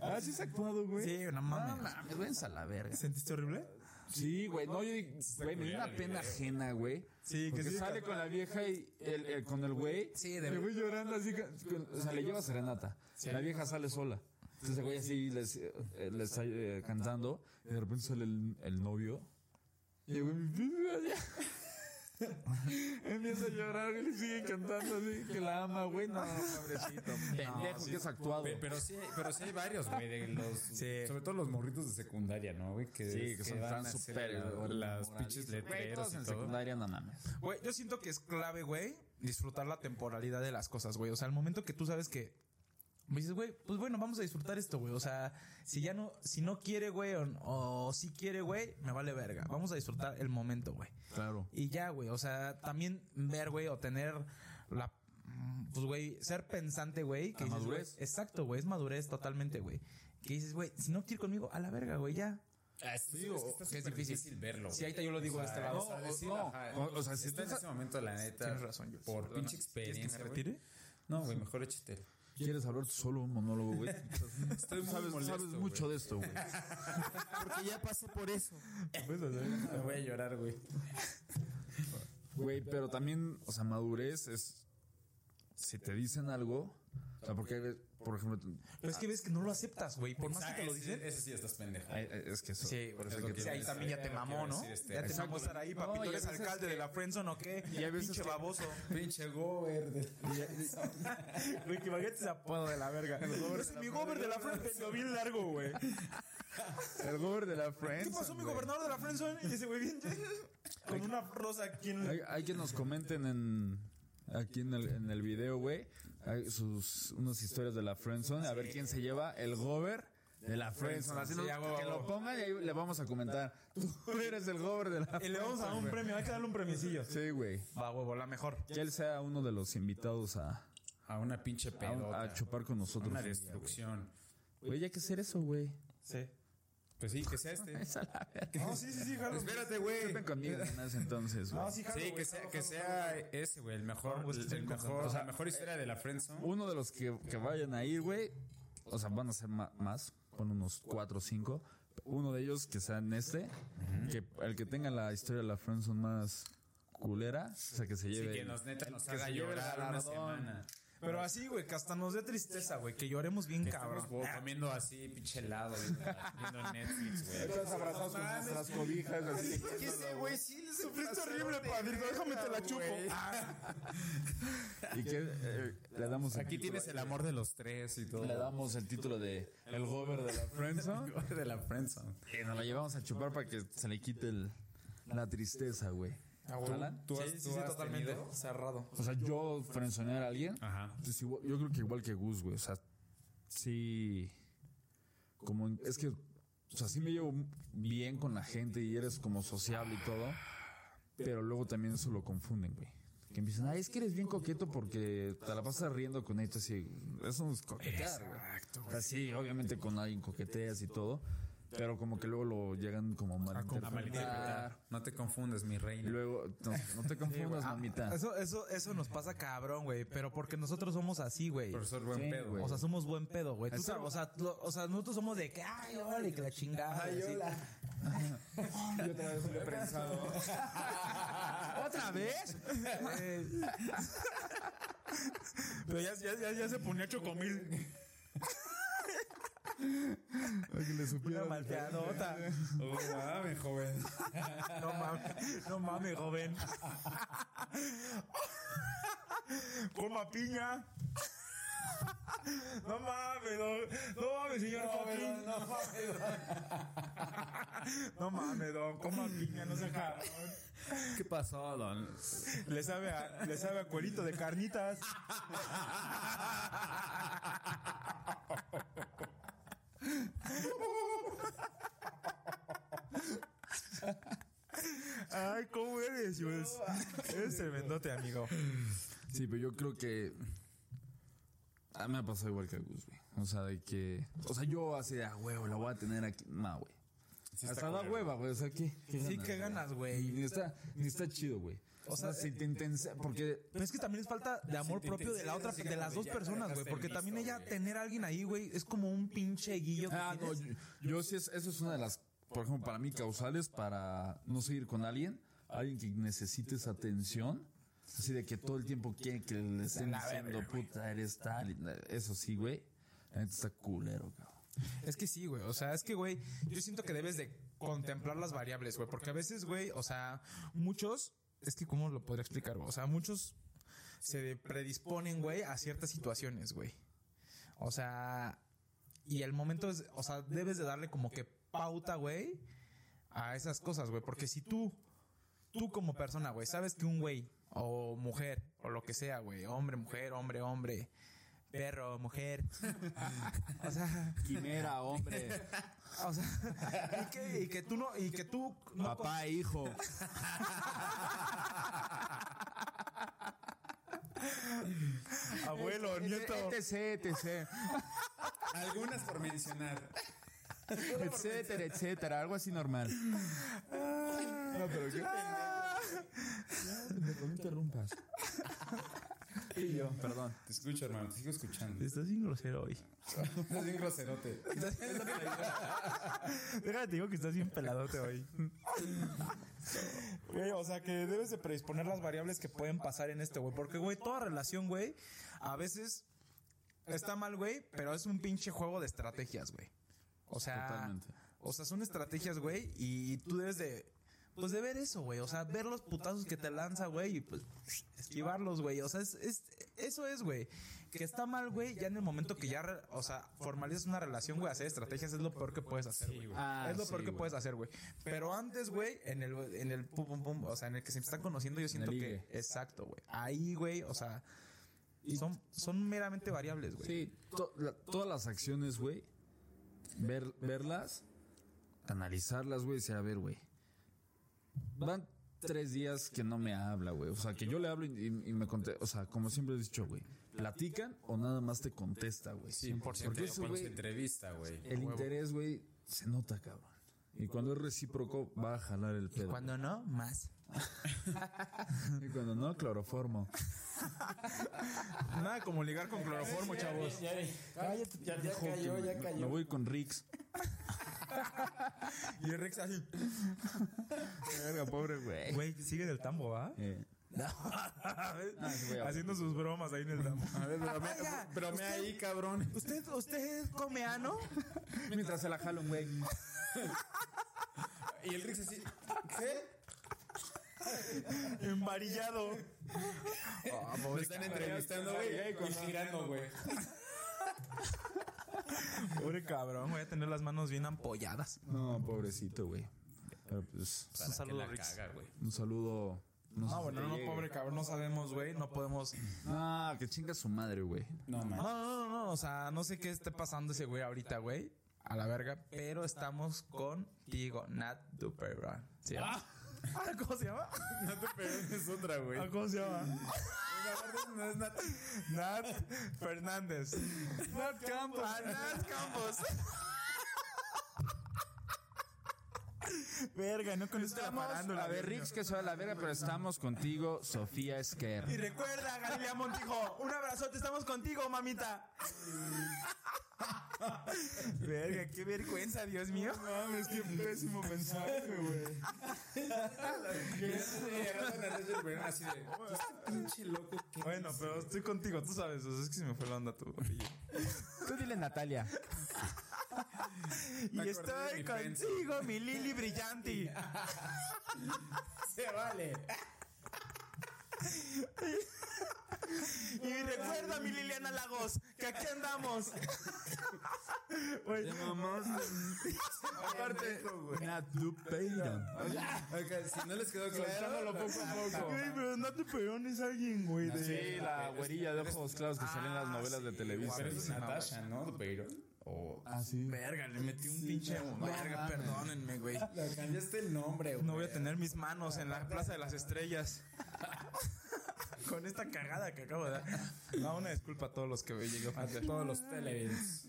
S2: Así Ah, se ha actuado, güey.
S1: Sí, no mames.
S2: mames, güey, a la verga.
S1: ¿Sentiste horrible?
S2: Sí, güey. No, yo digo, güey, me dio una pena ajena, güey.
S1: Sí, que
S2: Porque
S1: sí.
S2: sale con la vieja y el, el- con el güey.
S1: Sí, de
S2: El güey llorando así. con- o sea, le lleva serenata. La vieja sale sola. Entonces el güey así les, eh, les está eh, cantando. Y de repente sale el, el novio. Y el güey [LAUGHS] empieza a llorar y le sigue cantando así que la ama, güey. No, pobrecito. Pendejo, que es actuado.
S3: Pe- Pero sí, pero sí hay varios, güey, de los,
S1: Sí.
S3: sobre todo los morritos de secundaria, ¿no, güey? Que,
S2: Sí, que son
S3: van
S2: tan
S3: a hacer
S2: súper
S3: la- las
S2: moralistas.
S3: pinches
S2: Güey,
S3: letreros
S2: todos en
S3: y todo.
S2: secundaria no mames.
S1: Güey, yo siento que es clave, güey, disfrutar la temporalidad de las cosas, güey. O sea, el momento que tú sabes que me dices, güey, pues bueno, vamos a disfrutar esto, güey. O sea, si ya no, si no quiere, güey, o, o si quiere, güey, me vale verga. Vamos a disfrutar el momento, güey.
S2: Claro.
S1: Y ya, güey, o sea, también ver, güey, o tener la... mm, Pues, güey, ser pensante, güey. que dices,
S2: La
S1: güey,
S2: madurez.
S1: Exacto, güey, es madurez totalmente, güey. Que dices, güey, si no quiere ir conmigo, a la verga, güey, ya.
S3: Ah, sí, es que está
S1: que es
S3: súper
S1: difícil.
S3: difícil verlo.
S1: Si
S3: güey.
S1: ahorita yo lo digo de este lado.
S3: O sea, decir,
S2: no,
S3: ajá,
S2: o- o sea, si
S3: está en
S2: estás-
S3: ese momento, la neta.
S1: Tienes razón, yo-
S3: Por
S1: perdona. ¿Quieres
S3: pinche
S1: que
S3: experiencia.
S1: me
S3: güey.
S1: retire?
S3: No, güey, mejor échate.
S2: ¿Quieres hablar tú solo un monólogo, güey?
S3: Estoy muy
S2: sabes,
S3: molesto,
S2: sabes
S3: güey.
S2: mucho de esto, güey.
S1: Porque ya pasé por eso.
S3: Me voy a llorar, güey.
S2: Güey, pero también, o sea, madurez es si te dicen algo, o sea, porque, hay veces, por ejemplo,
S1: Pero es que ves que no lo aceptas, güey. Por más que te lo dicen.
S3: Ah, Ese sí estás pendejo.
S2: ay, ay, es que eso.
S1: Sí,
S2: por eso
S1: es
S2: que-
S1: lo que- ahí también ya te
S3: Quiero
S1: mamó, ¿no?
S3: decir, este,
S1: Ya te
S2: exacto.
S1: mamó estar ahí, papito.
S2: No, y a
S1: eres
S2: veces
S1: alquilde de la Friendzone o qué.
S2: Y hay veces
S1: Pinche
S2: que-
S1: baboso.
S3: Pinche gober. de-
S1: [LAUGHS] Güey, que imagínate ese apodo de la [LAUGHS] verga. Es mi gober de la Friendzone, lo bien largo, güey.
S2: El gober de la
S1: ¿Qué
S2: Friends.
S1: pasó, mi gobernador de la Friendzone? Y ese güey bien. [LAUGHS] Con una rosa aquí en
S2: Hay, hay que nos comenten en aquí en el, en el video, güey, hay sus unas historias de la friendzone, a ver quién se lleva el gober de la friendzone. Así lo,
S1: Sí, a huevo,
S2: que
S1: a
S2: lo
S1: huevo.
S2: pongan y ahí le vamos a comentar. Tú eres el gober de la.
S1: Y le vamos a dar un premio, hay que darle un premiecillo.
S2: Sí, güey.
S1: Va, huevo, la mejor.
S2: Que él sea uno de los invitados a,
S3: A una pinche
S2: a,
S3: pedota.
S2: a chupar con nosotros.
S3: una
S2: un día,
S3: destrucción.
S2: güey. Güey, hay que hacer eso, güey.
S1: Sí.
S3: Pues sí, que sea este.
S1: [LAUGHS] No, sí, sí, sí, jalo.
S3: Espérate, güey.
S2: Cuenten conmigo en ese entonces, güey.
S1: No, sí, jalo,
S3: Sí,
S1: güey,
S3: que
S1: jalo,
S3: sea, que
S1: jalo,
S3: sea ese, güey, el mejor,
S1: Vamos, estoy
S3: el mejor,
S1: concentrado.
S3: o sea, la mejor historia de la friendzone.
S2: Uno de los que, que vayan a ir, güey, o sea, van a ser ma- más, con unos cuatro o cinco. Uno de ellos que sea en este, que el que tenga la historia de la Friendzone más culera, o sea, que se
S3: Sí,
S2: lleve.
S3: que nos neta nos
S2: que
S3: haga
S2: se lleve el
S3: llorar una
S2: galardón.
S3: semana.
S1: Pero así, güey, que hasta nos dé tristeza, güey, que lloremos bien
S3: Estamos
S1: cabrón.
S3: como comiendo así, pinche helado, viendo, viendo Netflix, güey.
S4: Todos abrazados con nuestras cobijas. así.
S3: ¿Qué sé, güey? Sí, le
S1: Sufriste horrible, padrino, déjame te la chupo. Ah,
S2: [LAUGHS] Y que eh, le damos
S3: Aquí tienes el amor de los tres y todo.
S2: le damos el título de El Gober de
S3: [LAUGHS]
S2: la Friendzone.
S3: de la friendzone.
S2: y nos la llevamos a chupar para que se le quite el- la tristeza, güey. ¿Jalan?
S3: ¿Tú has-
S1: sí, sí,
S3: tú
S1: sí,
S3: has
S1: totalmente.
S3: tenido?
S1: Cerrado.
S2: O sea, yo frenzonear a alguien.
S3: Ajá.
S2: Pues igual- yo creo que igual que Gus, güey. O sea, sí. Como en- es que. O sea, sí me llevo bien con la gente y eres como sociable y todo. Pero luego también eso lo confunden, güey. Que empiezan, ah, es que eres bien coqueto porque te la pasas riendo con esto. Así, eso no es coquetear, güey. O sea, sí, obviamente con alguien coqueteas y todo. Pero como que luego lo llegan como a
S3: A
S2: malinterpretar.
S3: malinterpretar. No te confundas, mi
S2: Y
S3: reina.
S2: luego, no, no te confundas,
S3: Ah,
S2: mamita.
S1: Eso, eso, eso nos pasa cabrón, güey, pero porque nosotros somos así, güey.
S3: Profesor buen
S2: Sí,
S3: pedo,
S2: güey.
S1: O sea, somos buen pedo, güey. Tú
S2: Eso-
S1: sabes, O, sea, lo- o sea, nosotros somos de que, ay, órale, que la chingada. y así.
S4: [LAUGHS] Yo te lo he prensado.
S1: [LAUGHS] ¿Otra vez? Eh, Pero ya, ya, ya, ya se ponía chocomil. Una malteadota.
S3: Oh, mames, joven. [LAUGHS]
S1: No mames, no mames, [LAUGHS] joven. Coma piña. [LAUGHS] No mames, no, no mames, señor Joaquín. No mames, don. No mames, don. Coma piña, no se cabrón.
S3: ¿Qué pasó, don?
S1: Le sabe a, le sabe a cuerito de carnitas. Ay, ¿cómo eres, Jules? Eres tremendote, amigo.
S2: Sí, pero yo creo que. A mí me ha pasado igual que a Gus, güey. O sea, de que. O sea, yo así de, ah, huevo, la voy a tener aquí. No, güey. Hasta da hueva, güey. O sea, ¿qué? qué
S1: Sí, qué ganas, güey.
S2: Ni está, ni está chido, güey. O sea, eh, si te intensa. Porque.
S1: Pero es que también es falta de amor propio de la otra, de las dos personas, güey. Porque también ella tener a alguien ahí, güey, es como un pinche guillo. que
S2: Ah, no,
S1: tienes.
S2: yo, yo sí, es, eso es una de las. Por ejemplo, para mí, causales para no seguir con alguien. Alguien que necesites atención. Así de que todo el tiempo quiere que le estén diciendo, puta, eres tal. y- Eso sí, güey. La neta está culero, cabrón.
S1: Es que sí, güey. O sea, es que, güey, yo siento que debes de contemplar las variables, güey. Porque a veces, güey, o sea, muchos, es que, ¿cómo lo podría explicar? güey? O sea, muchos se predisponen, güey, a ciertas situaciones, güey. O sea, y el momento es, o sea, debes de darle como que pauta, güey, a esas cosas, güey. Porque si tú, tú como persona, güey, sabes que un güey o mujer o lo que sea, güey, hombre, mujer, hombre, hombre, perro, mujer, [LAUGHS] o sea,
S2: Quimera, hombre.
S1: [LAUGHS] o sea, y que, y que tú no, y que tú no
S2: Papá, [LAUGHS] hijo.
S1: abuelo,
S2: Este, Etc, etc.
S3: Algunas por mencionar.
S2: Etcétera, etcétera. Algo así normal. [LAUGHS] No, pero yo. No interrumpas. Y yo, perdón.
S3: Te escucho, hermano, te sigo [LAUGHS] escuchando.
S1: Estás sin grosero hoy.
S3: Estás bien groserote.
S1: Déjate, digo que estás bien peladote hoy. Güey, o sea que debes de predisponer las variables que pueden pasar en este, güey. Porque, güey, toda relación, güey, a veces está mal, güey, pero es un pinche juego de estrategias, güey. O sea,
S2: Totalmente.
S1: o sea, son estrategias, güey, y tú debes de, pues de ver eso, güey. O sea, ver los putazos que te lanza, güey, y pues esquivarlos, güey. O sea, es, es- eso es, güey. Que está mal, güey, ya en el momento que ya, re- o sea, formalizas una relación, güey, hacer estrategias es lo peor que puedes hacer, güey.
S3: Ah,
S1: es lo
S3: sí,
S1: peor que
S3: güey.
S1: puedes hacer, güey. Pero antes, güey, en el, en el pum, pum, pum, o sea, en el que se están conociendo, yo siento
S2: el
S1: que.
S2: ligue.
S1: Exacto, güey. Ahí, güey, o sea. Son, son meramente variables, güey.
S2: Sí, to- la- todas las acciones, güey. Ver, verlas, analizarlas, güey. Decir, a ver, güey. Van tres días que no me habla, güey. O sea, que yo le hablo y, y- y me contesta. O sea, como siempre he dicho, güey. ¿Platican o nada más te contesta, güey? Porque eso,
S3: Cuando se
S2: güey,
S3: entrevista, güey.
S2: el interés, güey, se nota, cabrón. Y cuando es recíproco, va a jalar el pedo.
S1: Cuando no, más.
S2: [LAUGHS] Y cuando no, cloroformo.
S1: Nada como ligar con cloroformo, chavos.
S4: Ya, ya, ya cayó, ya
S2: Me
S4: cayó.
S2: voy con Rix.
S1: Y el Rex así.
S2: Verga, pobre, güey.
S1: Güey, sigue en el tambo, ¿ah? ¿va?
S2: Eh,
S1: [LAUGHS] Ah, Haciendo sus bromas ahí en el tambo.
S3: A ver, brome-
S1: Oiga,
S3: bromea
S1: usted-
S3: ahí, cabrón.
S1: ¿Usted, usted come ano?
S2: mientras se la jalo, güey.
S3: Y el Rix así, ¿qué?
S1: Embarillado.
S3: Me están entrevistando, güey. Y girando, güey.
S1: Pobre cabrón, voy a tener las manos bien ampolladas.
S2: No, pobrecito, güey. Pero pues,
S1: Un saludo, Rex.
S3: Cagar, güey.
S2: un saludo. No, sé
S1: Ah,
S2: si
S1: bueno,
S2: te
S1: no,
S2: llegue.
S1: pobre cabrón, no sabemos, güey. No podemos.
S2: Ah, que chinga su madre, güey.
S3: No, man.
S1: No, no, no, no, o sea, no sé qué esté pasando ese güey ahorita, güey. A la verga, pero estamos contigo, Nat Duperon. ¿Sí? Ah. [LAUGHS] ¿Cómo se llama?
S3: No te pegues, [LAUGHS] es otra, güey.
S1: Ah, ¿Cómo se llama? Nat Fernández. Nat Campos. Ah, Nat Campos. Verga, no conozco la
S2: a ver, Rix, que soy a la verga, pero estamos contigo, Sofía
S1: Y
S2: Esquer.
S1: recuerda, Galilea Montijo, un abrazote, estamos contigo, mamita. Verga, qué vergüenza, Dios mío.
S4: Mames, qué pésimo mensaje, güey.
S3: Así de, este pinche loco que.
S1: Bueno, pero estoy contigo, tú sabes, o sea, es que se me fue la onda tu apellido.
S2: Tú dile
S3: [LAUGHS]
S2: Natalia.
S1: Y
S3: acordé de
S1: estoy
S3: mi
S1: contigo, mi Lili brillante.
S3: Se vale.
S1: Y recuerda, mi Liliana Lagos, que aquí andamos. Güey,
S2: Aparte, Natupeira.
S3: Ok, si no les quedó claro. poco a poco.
S1: güey, pero no te peón es alguien, güey. de-
S2: Sí, la güerilla de ojos claros que ah, salen en las novelas de Televisa.
S3: Pero es Natasha, ¿no? Pero.
S2: Ah, sí.
S1: Verga, le metí un pinche. Verga, perdónenme, güey.
S3: Le cambiaste el nombre,
S1: No voy a tener mis manos en la Plaza de las
S3: [LAUGHS]
S1: Estrellas. Con esta cagada que acabo de dar. No, una disculpa a todos los que me llegó.
S3: A todos los televidentes.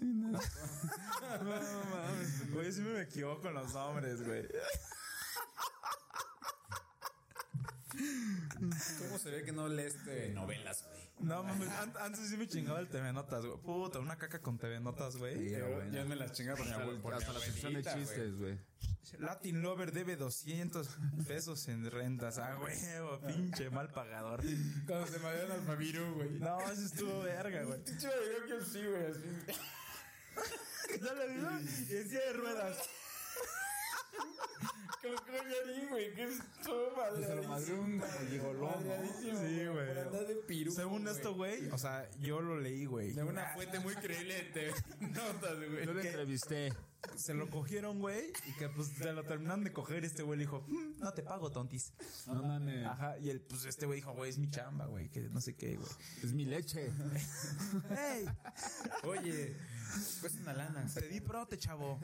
S1: Güey, siempre me equivoco en los nombres, güey.
S3: ¿Cómo se ve que no lees este novelas, güey?
S1: No, mames, an- antes sí me chingaba el TV Notas, güey. Puta, una caca con TV Notas, güey.
S3: Yo me las chingaba por mi abuelo. por mi
S2: Hasta la sección de
S3: abuelita, güey.
S2: chistes, güey.
S1: Latin Lover debe 200 pesos en rentas. Ah, huevo, pinche mal pagador.
S3: Cuando se me dio el alfavirú, güey.
S1: No, eso estuvo verga, güey.
S3: Yo creo que sí, güey. Así.
S1: No lo digo, y en silla de ruedas.
S3: Como que yo güey. Que es todo madre. Se lo madreó un gigolón.
S1: Sí, güey.
S3: Por andar de piru.
S1: Según esto, güey, o sea, yo lo leí, güey. Ah,
S3: De una fuente muy creíble de notas, güey.
S2: Yo le
S1: ¿Qué?
S2: entrevisté.
S1: se lo cogieron, güey, y que pues se lo terminaron de coger y este güey le dijo, "Mm, no te pago, tontis.
S2: No mames.
S1: Ajá, y el, pues este güey dijo, güey, es mi chamba, güey, que no sé qué, güey.
S2: Es mi leche.
S1: ¡Ey!
S3: Oye, cuesta una lana.
S1: Te di prote, chavo.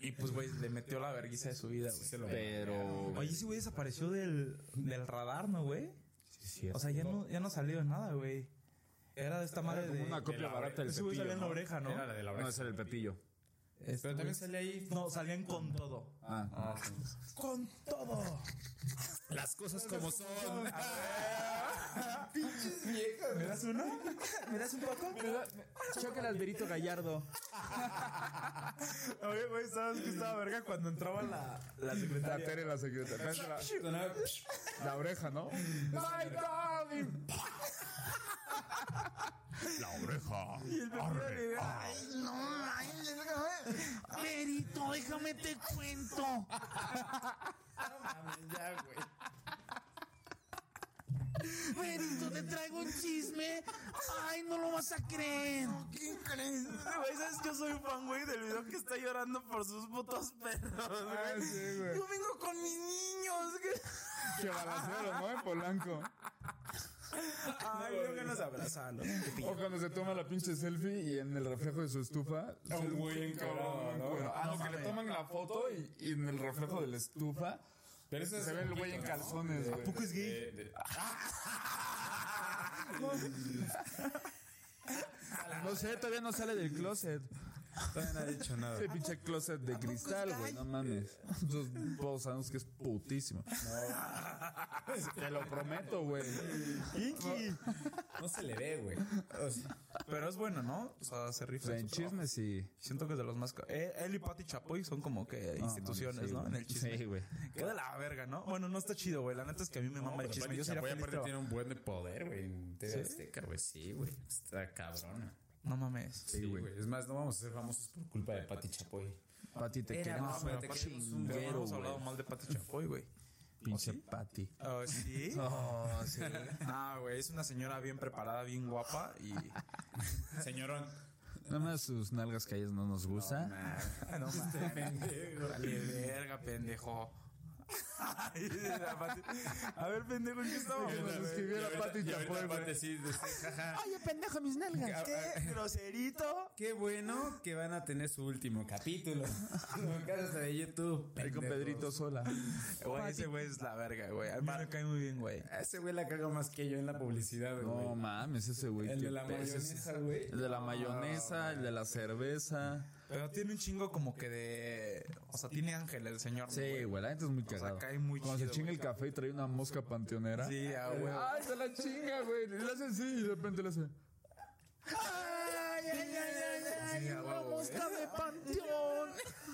S1: y pues, güey, le metió la vergüenza de su vida, güey.
S2: Pero.
S1: Oye, ese güey desapareció del, del radar, ¿no, güey? O sea, ya no, ya no salió de nada, güey. Era de esta madre
S2: como
S1: de...
S2: una copia barata del
S1: Ese güey
S2: cepillo.
S1: salió en la oreja, ¿no?
S3: Era la de la
S2: No,
S3: oreja.
S2: es el pepillo.
S1: Este,
S3: Pero también
S1: güey-
S3: sale ahí.
S1: No, salían con todo.
S2: Ah,
S4: Ah, sí.
S1: ¡Con todo!
S3: Las cosas como son. Ah,
S1: ¿Me das uno? ¿Me das un poco?
S2: Ah.
S4: Choca el Alberito
S2: [LAUGHS]
S4: Gallardo.
S1: Oye, güey, ¿sabes qué estaba verga cuando entraba la, la
S2: la
S1: secretaria?
S2: Tere, la secretaria. La,
S3: Sonaba-
S2: la oreja, ¿no? ¡My darling! La oreja. Arre.
S1: Ay, no, ay, déjame. Perito, déjame te cuento. Perito, te traigo un chisme. Ay, no lo vas a creer. ¿Quién crees? Güey, ¿sabes que yo soy fan, güey, del video que está llorando por sus putos perros, güey?
S2: Ah, sí, güey.
S1: Yo vengo con mis niños. güey.
S2: Que balacero, ¿no? En Polanco.
S1: Ay, creo que nos
S2: [LAUGHS]
S1: abrazaron.
S2: O cuando se toma la pinche selfie y en el reflejo de su estufa.
S3: A un güey encuerado, ¿no?
S2: Bueno, ah,
S3: No
S2: no, que le
S3: mames.
S2: toman la foto y, y en el reflejo de la estufa.
S3: Pero eso es
S2: Se ve el güey en calzones, güey.
S1: poco es gay?
S3: De- de-
S2: No sé, todavía no sale del closet.
S3: Todavía no ha dicho nada.
S2: Ese pinche closet de cristal, güey. No mames. Esos dos años que es putísimo. Te lo prometo, güey.
S3: No se le ve, güey. O sea,
S1: Pero es bueno, ¿no? O sea, se
S2: O
S1: rifa.
S2: sea,
S1: en
S2: en
S1: su trabajo.
S2: chismes sí.
S1: Siento que es de los más. ca- Eh, Él y Pati Chapoy son como que instituciones, ¿no? En el chisme.
S2: Sí, güey.
S1: Qué de la verga, ¿no? Bueno, no está chido, güey. La neta es que a mí me mama el
S3: pero
S1: chisme.
S3: Pati
S1: Yo sería
S3: Chapoy
S1: feliz
S3: aparte
S1: traba-
S3: tiene un buen de poder, güey. En TV Azteca, güey. Sí, güey. Está cabrona.
S1: No mames.
S3: Sí, güey. Es más, no vamos a ser famosos por culpa de Pati Chapoy.
S2: Pati, te
S3: Era-
S2: queremos.
S3: No, pero te
S1: Pati-
S3: queremos un
S1: pero no
S3: vero,
S1: hemos
S3: güey.
S1: hablado mal de Pati Chapoy, güey.
S2: Pinche Pati.
S1: Ah,
S2: [LAUGHS]
S1: ¿Sí?
S2: Oh, sí.
S1: Ah, güey. Es una señora bien preparada, bien guapa
S2: [LAUGHS]
S1: y. [LAUGHS]
S3: Señorón.
S2: Nada más sus nalgas que a ellas no nos gusta. [LAUGHS]
S1: Ah, No
S2: Este
S1: mames. Vale, verga, pendejo. [LAUGHS] Ay, la Pati- A ver, pendejo, ¿en qué estábamos?
S2: Nos escribiera Pati Chapoy, güey.
S3: sí, de- jaja.
S2: Oye, pendejo, mis nalgas.
S1: ¿Qué? ¿Groserito?
S3: Qué bueno que van a tener su
S2: [LAUGHS]
S3: último capítulo. Lo que haces de YouTube.
S2: Ahí con
S3: pendejos.
S2: Pedrito sola.
S1: Eh, Güey, ese güey es la verga, güey. A mí me cae muy bien, güey.
S3: A Ese güey la caga más que yo en la publicidad, güey.
S2: No mames, ese güey.
S3: el
S2: qué
S3: de la
S2: pedo es ese.
S3: mayonesa, güey.
S2: El de la mayonesa, el de la cerveza.
S1: Pero tiene un chingo como que de. O sea, tiene ángel el señor.
S2: Sí, güey, la gente es muy
S1: sea,
S2: cagada.
S1: cae muy
S2: Cuando
S1: chido,
S2: se chinga
S1: güey.
S2: el café y trae una mosca panteonera.
S1: Sí, ah, güey.
S2: Ay, se la chinga, güey. Le hace así y de repente le hace.
S1: Sí, ah, güey, güey. [LAUGHS]
S2: de panteón!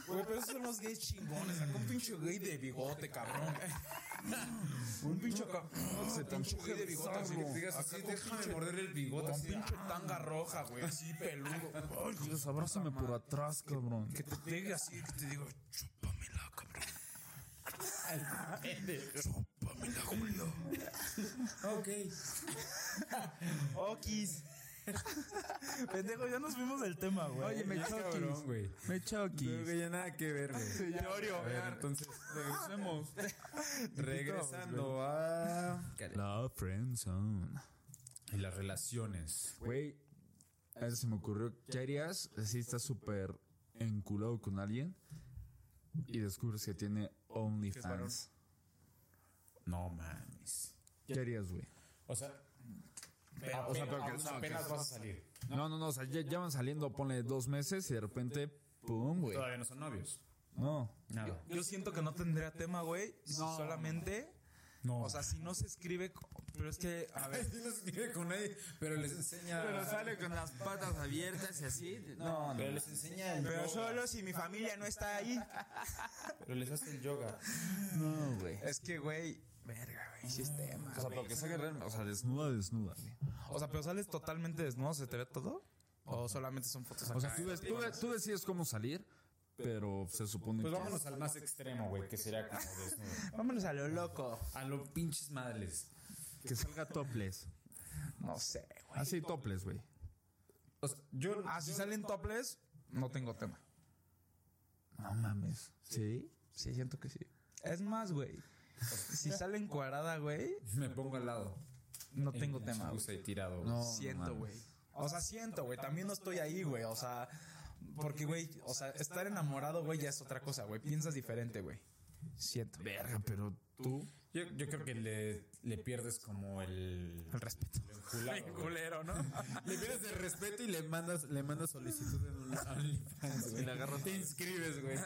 S1: Güey, pero esos son los gays chingones. Sacó un pinche gay de bigote,
S2: [LAUGHS]
S1: cabrón. un pinche cabrón. Se pinche gay de bigote.
S3: Ah,
S1: Así que te digas así, déjame morder el bigote. Con pinche tanga roja, güey. Así peludo. Ay,
S2: Dios, abrázame por atrás, cabrón.
S1: Que te pegue así, que te digo, chúpamela, cabrón. chúpamela, Julio.
S3: [LAUGHS] Ok.
S1: Okis. Pendejo, ya nos fuimos del tema, güey.
S2: Oye, me
S3: Cabrón,
S2: choquis.
S3: güey.
S2: Me choquis.
S3: ya nada que ver, güey.
S1: Llorio.
S3: A ver, entonces,
S2: [LAUGHS] Regresemos.
S3: regresando a.
S2: La friendzone.
S3: Y las relaciones.
S2: Güey, a eso se me ocurrió. ¿Qué harías si estás súper enculado con alguien y descubres que tiene OnlyFans?
S3: No mames.
S2: ¿Qué harías, güey?
S3: O sea,
S2: Ah, o sea, pero que-
S3: apenas,
S2: no,
S3: apenas vas a salir.
S2: No, no, no, o sea, ya, ya van saliendo, ponle dos meses y de repente, ¡pum, güey!
S3: Todavía no son novios.
S2: No.
S3: Nada.
S1: Yo siento que no tendría tema, güey. si Solamente.
S3: No.
S1: O sea, si no se escribe. co- Pero es que, a ver.
S3: no se quiere con nadie, pero les enseña.
S2: con las patas abiertas y así. No, no.
S3: Pero les enseña el
S1: Pero
S3: yoga.
S1: solo si mi familia no está ahí.
S3: Pero les hace el yoga.
S2: No, güey.
S1: Es que, güey. Verga, güey. Sistema.
S2: O sea, pero que saque realmente, o sea, desnuda, desnuda, güey.
S1: O sea, pero sales totalmente desnudo, ¿se te ve todo? ¿O solamente son fotos
S2: O
S1: acá?
S2: sea, tú, ves- tú ves- tú decides cómo salir, pero se supone
S3: Pues
S2: que...
S3: vámonos al más extremo, güey, que
S2: [LAUGHS]
S3: sería como desnudo.
S1: Vámonos a lo loco.
S3: A los pinches madres.
S2: Que salga topless.
S1: No sé, güey.
S2: [LAUGHS] Así, topless, güey.
S3: O sea, yo.
S1: Ah, si salen toples, no tengo tema.
S2: No mames. ¿Sí?
S1: Sí, siento que sí. Es más, güey. Si salen cuadrada, güey,
S3: Me pongo al lado.
S1: no tengo tema, güey.
S3: Usa y tirado.
S2: No,
S1: Siento,
S2: mames.
S1: güey. O sea, siento, güey. También no estoy ahí, güey. O sea, porque, güey, o sea, estar enamorado, güey, ya es otra cosa, güey. Piensas diferente, güey. Siento.
S2: Verga, pero tú.
S3: Yo, yo creo que le, le pierdes como el.
S2: [LAUGHS]
S1: El respeto.
S3: el culado,
S1: Bien
S3: güey.
S1: culero, ¿no?
S3: Le pierdes el respeto y le mandas, le mandas solicitud en un [LAUGHS] a OnlyFans, güey. Te inscribes, güey.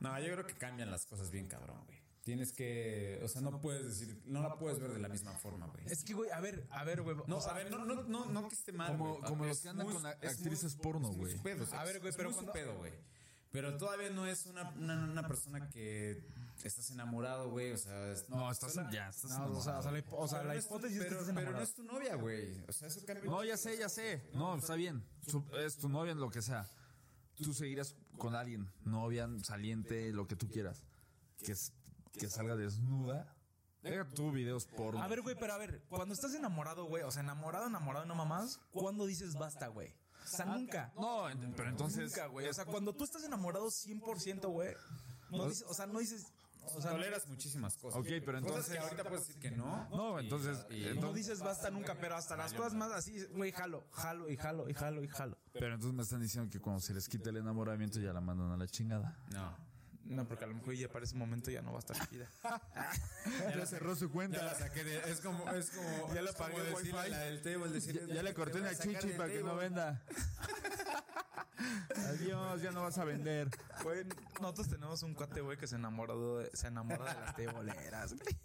S3: No, yo creo que cambian las cosas bien cabrón, güey. Tienes que, o sea, no puedes decir, no la puedes ver de la misma forma, güey.
S1: Es que, güey, a ver, a ver, güey.
S3: No,
S1: o sea,
S3: a ver, no, no, no, no que esté mal.
S2: Como,
S3: güey.
S2: como
S3: Es
S2: los que andan
S3: muy-
S2: con a-
S3: es
S2: actrices
S3: muy-
S2: porno,
S3: es muy
S2: güey.
S3: su pedo, o sea,
S1: A ver,
S3: es-
S1: güey,
S3: es
S1: pero
S3: muy su
S1: cuando-
S3: pedo, güey. Pero todavía no es una, una, una persona que estás enamorado, güey. O sea, es-
S2: No, estás
S3: sola-
S2: ya, estás
S1: no, o sea, o sea, la, hip- o sea,
S3: pero
S1: la
S3: no es tu-
S1: hipótesis es que
S3: pero,
S1: estás
S3: pero no
S1: enamorado.
S3: es tu novia, güey. O sea, eso cambia.
S2: No, ya sé, ya sé. No, está bien. Su- es tu novia, lo que sea. Tú seguirás con alguien, novia, saliente, lo que tú quieras. Que, s- que salga desnuda. Deja tú videos porno.
S1: A ver, güey, pero a ver, cuando estás enamorado, güey, o sea, enamorado, enamorado, no mamás, ¿cuándo dices basta, güey? O sea, nunca.
S2: No, ent- pero entonces.
S1: Nunca, güey. O sea, cuando tú estás enamorado 100%, güey, no dices, o sea, no dices, o sea,
S3: toleras muchísimas cosas.
S2: Ok, pero
S3: Cosas
S2: entonces.
S3: que ahorita puedes decir que no.
S2: No, entonces.
S1: no
S2: entonces-
S1: dices basta nunca, pero hasta las cosas más así, güey, jalo, jalo y jalo y jalo y jalo.
S2: pero entonces me están diciendo que cuando se les quita el enamoramiento ya la mandan a la chingada.
S3: No.
S1: No, porque a lo mejor ya para ese momento ya no va a estar mi vida.
S2: [LAUGHS] Ya cerró su
S3: Ya
S2: cuenta.
S3: la saqué de- Es como. Es [LAUGHS] como
S1: Ya la
S3: es como
S1: apagué el
S3: decirle a
S1: wifi.
S3: la del table.
S2: Ya,
S3: Decirle,
S2: ya le corté
S3: "Te voy
S2: una
S3: a sacar
S2: chichi
S3: del
S2: para que no
S3: table".
S2: venda. [LAUGHS] Adiós, ya no vas a vender.
S1: [LAUGHS] Güey, nosotros tenemos un cuate, güey, que se enamoró de, se enamora de las teboleras, güey. [LAUGHS]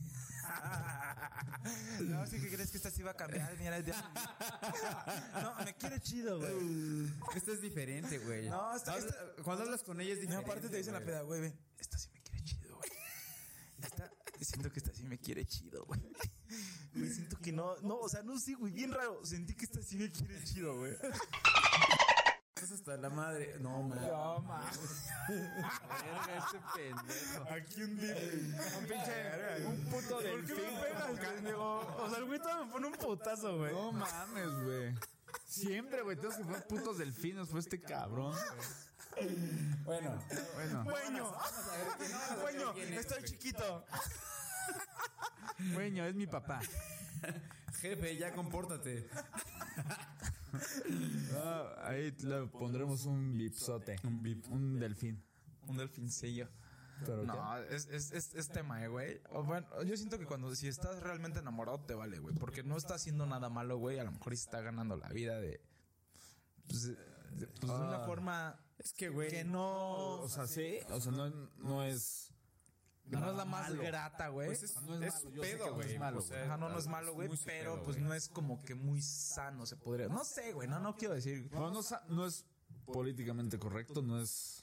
S1: No, sí que crees que esta sí va a cambiar, mira, es de- [LAUGHS] No, me quiere chido, güey.
S3: Esto es diferente, güey.
S1: No, esta-
S3: Habla- Cuando hablas con ella es
S1: No,
S3: diferente.
S1: aparte te dicen la
S3: güey.
S1: peda, güey, ven, esta sí me quiere chido, güey. [LAUGHS] Esta, siento que esta sí me quiere chido, güey. [LAUGHS] Güey, siento que no, no, o sea, no sé, güey, bien raro. Sentí que esta sí me quiere chido, güey.
S3: Estás hasta la madre. No, man.
S1: [LAUGHS] No, mames.
S3: Aquí un día.
S1: Un pinche, un puto del ¿Por qué me pegas, pendejo? O sea, el güey todavía me pone un putazo, güey.
S2: No mames, güey. Siempre, güey, tenemos que poner putos delfines, fue este cabrón.
S3: Bueno,
S1: [LAUGHS]
S2: Bueno,
S1: Dueño, dueño, estoy chiquito.
S2: dueño, es mi papá.
S3: jefe, ya compórtate.
S2: Ah, ahí le pondremos un bipsote. Un bip. Un delfín.
S1: Un delfincillo.
S2: Pero
S1: No, es, es, es, es tema, eh, güey. O bueno, yo siento que cuando si estás realmente enamorado te vale, güey. Porque no está haciendo nada malo, güey. A lo mejor sí está ganando la vida de. Pues, de, de- pues, de una forma
S3: Ah. Es que, güey.
S1: que no.
S2: O sea, sí, o sea, no, no es.
S1: no, es la más
S2: malo.
S1: grata, güey.
S3: Pues es,
S2: No es
S3: es
S2: malo,
S3: un
S2: yo sé que
S3: pedo,
S2: no es
S3: güey.
S2: malo,
S3: O sea,
S1: Ajá, no, no es malo,
S3: es
S1: güey,
S3: muy su
S1: pero
S3: pedo,
S1: pues
S3: güey.
S1: no es como que muy sano, se podría. No sé, güey, no, no quiero decir.
S2: No, no, sa- no es políticamente correcto, no es.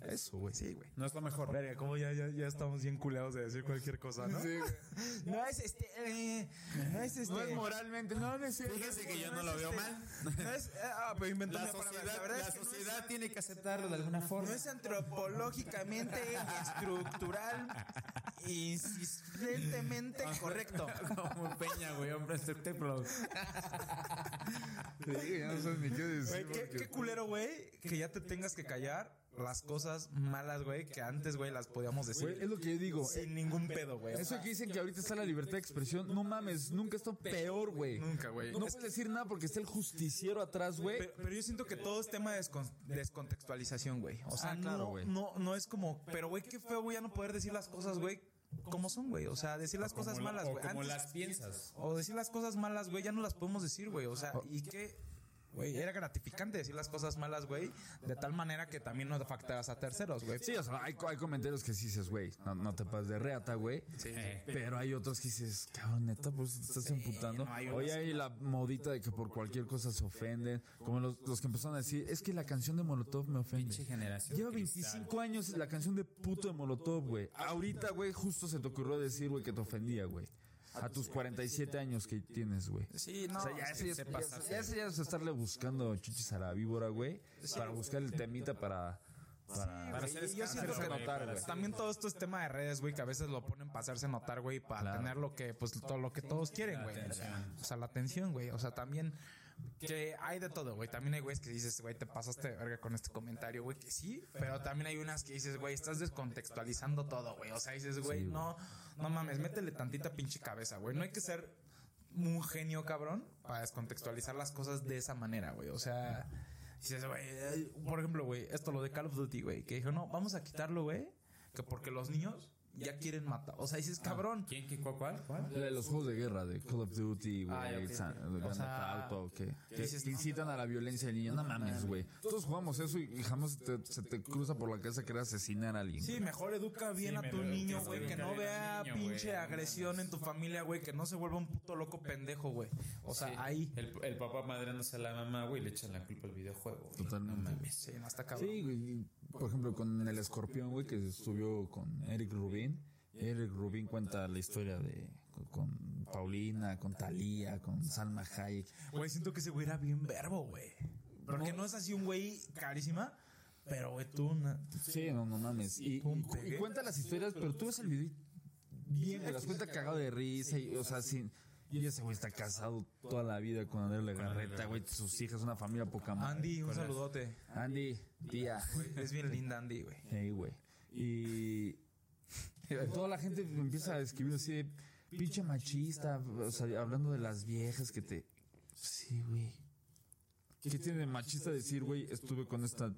S2: Eso, güey.
S1: Sí, güey.
S3: No es lo mejor.
S1: Verga, como ya, ya, ya estamos bien culeados de decir cualquier cosa, ¿no? [LAUGHS] No es este. eh, no es este.
S2: No es moralmente, no es
S3: Fíjense
S1: Pues
S3: que yo no lo veo mal.
S1: No es, ah, pero inventé
S3: La
S1: una palabra.
S3: sociedad,
S1: La verdad
S3: la
S1: es que no es-
S3: sociedad tiene que aceptarlo de alguna forma.
S1: No es antropológicamente, estructural, insistentemente
S3: Ah, [LAUGHS]
S1: correcto.
S3: Como Peña, güey, hombre,
S2: [LAUGHS]
S3: este templo.
S2: no sé ni qué
S1: Güey,
S2: decir.
S1: qué, qué culero, güey, que ya te tengas que callar las cosas malas, güey, que antes, güey, las podíamos
S2: Güey, es
S1: decir
S2: lo que yo digo. eh,
S1: sin ningún pedo, güey.
S2: Eso que dicen que ahorita está la libertad de expresión, no mames, nunca está peor, güey.
S1: Nunca, güey.
S2: No puedes decir nada porque está el justiciero atrás, güey.
S1: Pero, pero yo siento que todo es tema de descon- descontextualización, güey. O sea,
S2: Ah, claro,
S1: no,
S2: güey.
S1: no, no es como, pero güey, qué feo, güey, ya no poder decir las cosas, güey, como son, güey. O sea, decir las cosas malas,
S3: o
S1: güey.
S3: como
S1: Antes-
S3: las piensas.
S1: O decir las cosas malas, güey, ya no las podemos decir, güey. O sea, y que, güey, era gratificante decir las cosas malas, güey, de tal manera que también no afectabas a terceros, güey.
S2: Sí, o sea, hay, hay comentarios que sí dices, güey, no, no te pases de reata, güey.
S3: Eh,
S2: Pero hay otros que dices, cabrón, neta, por eso te estás imputando. Hoy hay la modita de que por cualquier cosa se ofenden. Como los, los que empezaron a decir, es que la canción de Molotov me
S3: Pinche
S2: ofende.
S3: generación.
S2: Lleva
S3: cristal.
S2: 25 años la canción de puto de Molotov, güey. Ahorita, güey, justo se te ocurrió decir, güey, que te ofendía, güey. A tus 47 años que tienes, güey.
S1: Sí, no.
S2: O sea, ya
S1: sí.
S2: ese ya es,
S3: se
S2: ya
S3: pasa,
S2: ese- ya ese ya es estarle buscando chichis a la víbora, güey. Para buscar el temita para... para
S3: Para hacer
S1: Y yo siento
S3: escándalo,
S1: que-
S3: güey, para hacer-
S1: También todo esto es tema de redes, güey, que a veces lo ponen para hacerse notar, güey, para
S2: Claro.
S1: tener lo que, pues, todo lo que todos quieren, güey.
S3: atención.
S1: O sea, la atención, güey. O sea, también que hay de todo, güey. También hay güeyes que dices, güey, te pasaste de verga con este comentario, güey, que sí. Pero también hay unas que dices, güey, estás descontextualizando todo, güey. O sea, dices, güey, no, no mames, métele tantita pinche cabeza, güey. No hay que ser un genio cabrón para descontextualizar las cosas de esa manera, güey. O sea, dices, güey, eh, por ejemplo, güey, esto lo de Call of Duty, güey, que dijo, no, vamos a quitarlo, güey. que porque los niños ya quieren matar. O sea, dices, cabrón.
S3: ¿Quién? ¿Qué? ¿Cuál? ¿Cuál? cuál?
S2: La de los juegos de guerra, de Call of Duty, güey,
S3: Ah, ya, ok,
S2: San- Grand Theft
S1: sea,
S2: Auto, que, que
S1: dices,
S2: incitan a la violencia del niño. No mames, güey. Todos jugamos eso y jamás te- se te cruza por la cabeza querer asesinar a alguien.
S1: Sí, mejor educa bien a tu
S3: mejor
S1: niño,
S3: tienes que
S1: güey. Que
S3: educar
S1: no
S3: bien
S1: vea
S3: al niño,
S1: pinche
S3: güey.
S1: agresión en tu familia, güey. Que no se vuelva un puto loco pendejo, güey. O sea,
S3: Sí.
S1: ahí.
S3: El, el papá madreándose a la mamá, güey, le echan la culpa al videojuego. güey.
S2: Totalmente.
S3: No mames.
S1: Sí, no está cabrón.
S2: Sí, güey. y, Por ejemplo, con el escorpión, güey, que subió con Eric Rubin. Eric Rubin cuenta la historia de con- con Paulina, con Talía, con Salma Hayek.
S1: Güey, siento que ese güey era bien verbo, güey. Porque no es así un güey carísima. Pero, güey, tú... na-
S2: Sí, no, no mames. Y,
S1: pum,
S2: y cu- y
S1: pegué.
S2: cuenta las historias, pero tú ves el video y bien, güey, las cuenta cagado de risa y, o sea, sin... Y ese güey está casado toda la vida con Andrés Legarreta, güey, sus hijas, una familia poca madre.
S1: Andy, un saludote.
S2: Andy, tía.
S1: Es bien linda, Andy, güey.
S2: Ey, güey. Y [LAUGHS] toda la gente empieza a escribir así de pinche machista, o sea, hablando de las viejas que te... Sí, güey. ¿Qué tiene de machista decir, güey? Estuve con esta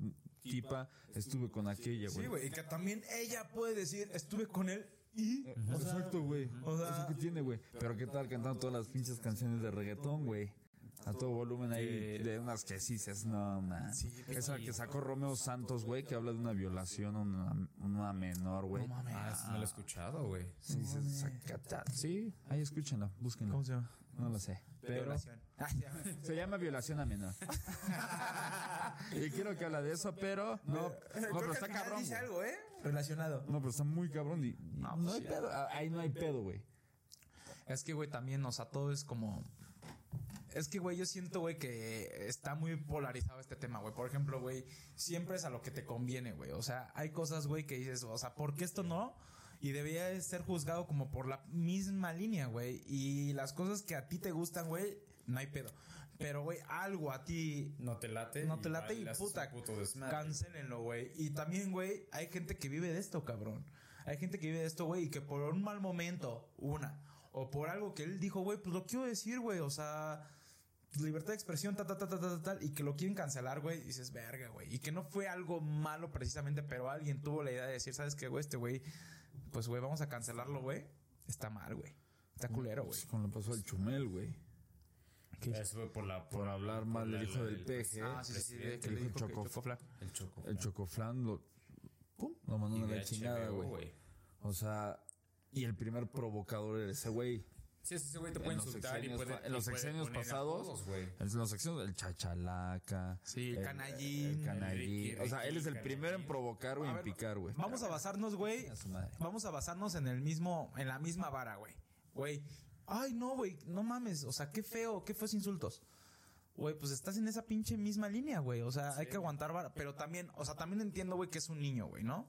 S2: tipa, estuve con aquella,
S1: Sí,
S2: güey.
S1: güey. Y que también ella puede decir, estuve con él y... O sea,
S2: Exacto, güey.
S1: o sea-
S2: Eso que tiene, güey. Pero qué tal cantando todas las pinches canciones de reggaetón, güey. A todo volumen ahí de unas que sí dices, no, man. Esa que sacó Romeo Santos, güey, que habla de una violación a una, una menor, güey.
S1: No mames.
S3: Ah, sí, no lo he escuchado, güey.
S2: Sí, dices, "Sacata". Sí, ahí escúchenla, búsquenla.
S1: ¿Cómo se llama?
S2: No lo sé. Pero [LAUGHS]
S1: Violación.
S2: se llama violación
S1: [LAUGHS]
S2: a menor. y quiero que habla de eso, pero no, no pero está cabrón.
S1: dice
S2: güey.
S1: algo, ¿eh? Relacionado.
S2: No, pero está muy cabrón. y- no,
S1: pues
S2: hay
S1: sí.
S2: pedo. Ah, Ahí no hay pedo, güey.
S1: Es que, güey, también, o sea, todo es como. Es que, güey, yo siento, güey, que está muy polarizado este tema, güey. Por ejemplo, güey, siempre es a lo que te conviene, güey. O sea, hay cosas, güey, que dices, o sea, ¿por qué esto no? Y debería de ser juzgado como por la misma línea, güey. Y las cosas que a ti te gustan, güey, no hay pedo. Pero, güey, algo a ti
S3: No te late.
S1: no te late y
S3: le haces
S1: puta,
S3: un puto desmadre.
S1: cancelenlo, güey. Y también, güey, hay gente que vive de esto, cabrón. Hay gente que vive de esto, güey, y que por un mal momento, una, o por algo que él dijo, güey, pues lo quiero decir, güey, o sea, libertad de expresión, tal, tal, tal, tal, tal, tal, y que lo quieren cancelar, güey, y dices, verga, güey. Y que no fue algo malo precisamente, pero alguien tuvo la idea de decir, ¿sabes qué, güey? Este güey, pues, güey, vamos a cancelarlo, güey. Está mal, güey. Está culero, güey.
S2: Pues con lo pasó al Chumel, güey.
S3: Eso fue por la.
S2: Por hablar
S3: por
S2: mal
S3: la-
S2: del hijo
S3: la-
S2: del peje.
S1: Ah, sí, sí, sí, de que
S2: El
S1: le dijo que
S2: Choco-
S1: Chocoflan.
S3: El choco.
S2: El chocoflan lo. ¡Pum! Lo mandó a
S3: Y de
S2: la chingada,
S3: HBO,
S2: güey. O sea. Y el primer provocador era ese güey.
S3: Sí, ese güey te
S2: En
S3: puede
S2: los
S3: insultar y
S2: sexenios
S3: puede.
S2: pa- en los
S3: y puede
S2: sexenios
S3: poner
S2: pasados, [LAUGHS]
S3: apodos, güey.
S2: En los acciones, el chachalaca.
S1: Sí, el canallín.
S2: El canallín.
S3: Ricky,
S2: O sea, él es el
S3: Ricky,
S2: primero en
S3: canallín.
S2: provocar o
S1: A
S2: en
S1: ver,
S2: picar, güey.
S1: Vamos a basarnos, güey.
S2: A su madre.
S1: Vamos a basarnos en el mismo, en la misma vara, güey. Güey. Ay, no, güey, no mames. O sea, qué feo, qué feos insultos. Güey, pues estás en esa pinche misma línea, güey. O sea, hay que aguantar vara. Pero también, o sea, también entiendo, güey, que es un niño, güey, ¿no?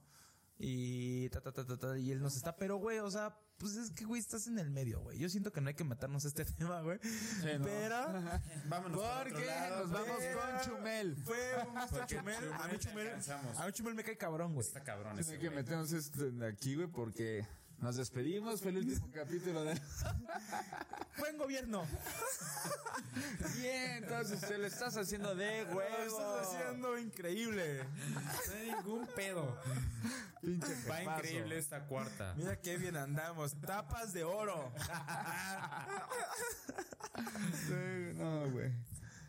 S1: Y ta, ta, ta, ta, ta, y él nos está, pero güey, o sea, pues es que, güey, estás en el medio, güey. Yo siento que no hay que meternos a este [LAUGHS] tema, güey.
S2: no. [LAUGHS]
S1: Pero
S3: Vámonos. por otro
S2: Porque
S3: lado,
S2: nos vamos
S3: güey.
S2: con Chumel.
S1: fue un gusto Chumel. A mí Chumel,
S3: alcanzamos.
S1: a mí Chumel me cae cabrón, güey.
S3: Está cabrón ese
S2: Tiene que
S3: Ah, güey.
S2: meternos este- aquí, güey, porque nos despedimos. Fue el último capítulo de.
S1: Buen gobierno.
S2: Bien, entonces te lo estás haciendo de
S1: Lo estás haciendo increíble.
S3: No hay ningún pedo.
S2: Pinche
S3: Va
S2: jefazo.
S3: increíble esta cuarta.
S1: Mira qué bien andamos. Tapas de oro.
S2: Sí, No, güey.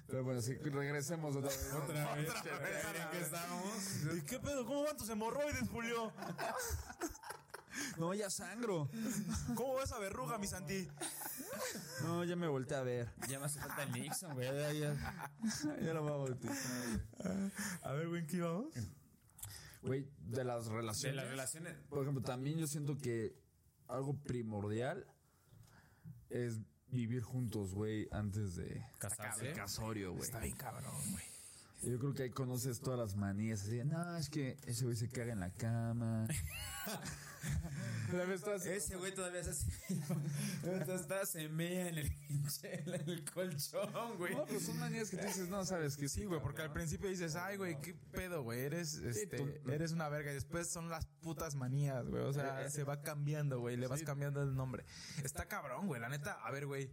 S2: Pero bueno, si regresemos otra vez.
S3: Otra vez. ¿En qué estamos?
S1: [LAUGHS] ¿Y qué pedo? ¿Cómo van tus hemorroides, Julio?
S2: No, ya sangro.
S1: ¿Cómo va esa verruga, mi Santi?
S2: No, ya me volteé a ver.
S3: Ya me hace falta el Nixon, güey.
S2: Ya, ya. [LAUGHS] Ya lo voy a voltear.
S1: A ver, güey, ¿en ¿qué íbamos?
S2: Güey, de las
S3: De
S2: relaciones.
S3: las relaciones.
S2: Por ejemplo, también yo siento que algo primordial es vivir juntos, güey, antes de
S3: Casarse.
S2: el casorio, güey.
S1: bien cabrón, güey.
S2: Yo creo que ahí conoces todas las manías. Así, de, no, es que ese güey se caga en la [LAUGHS] cama. La vez todas-
S3: Ese güey todavía se hace. [LAUGHS] Todavía está- se mea en el [LAUGHS] pinche en el colchón, güey.
S2: No, pero son manías que tú dices, no, sabes que
S1: Sí, güey, porque al principio dices, ay, güey, qué pedo, güey, eres, este,
S2: tú-
S1: eres una verga. Y después son las putas manías, güey. O sea, se va cambiando, güey, le vas cambiando el nombre. Está cabrón, güey, la neta. A ver, güey,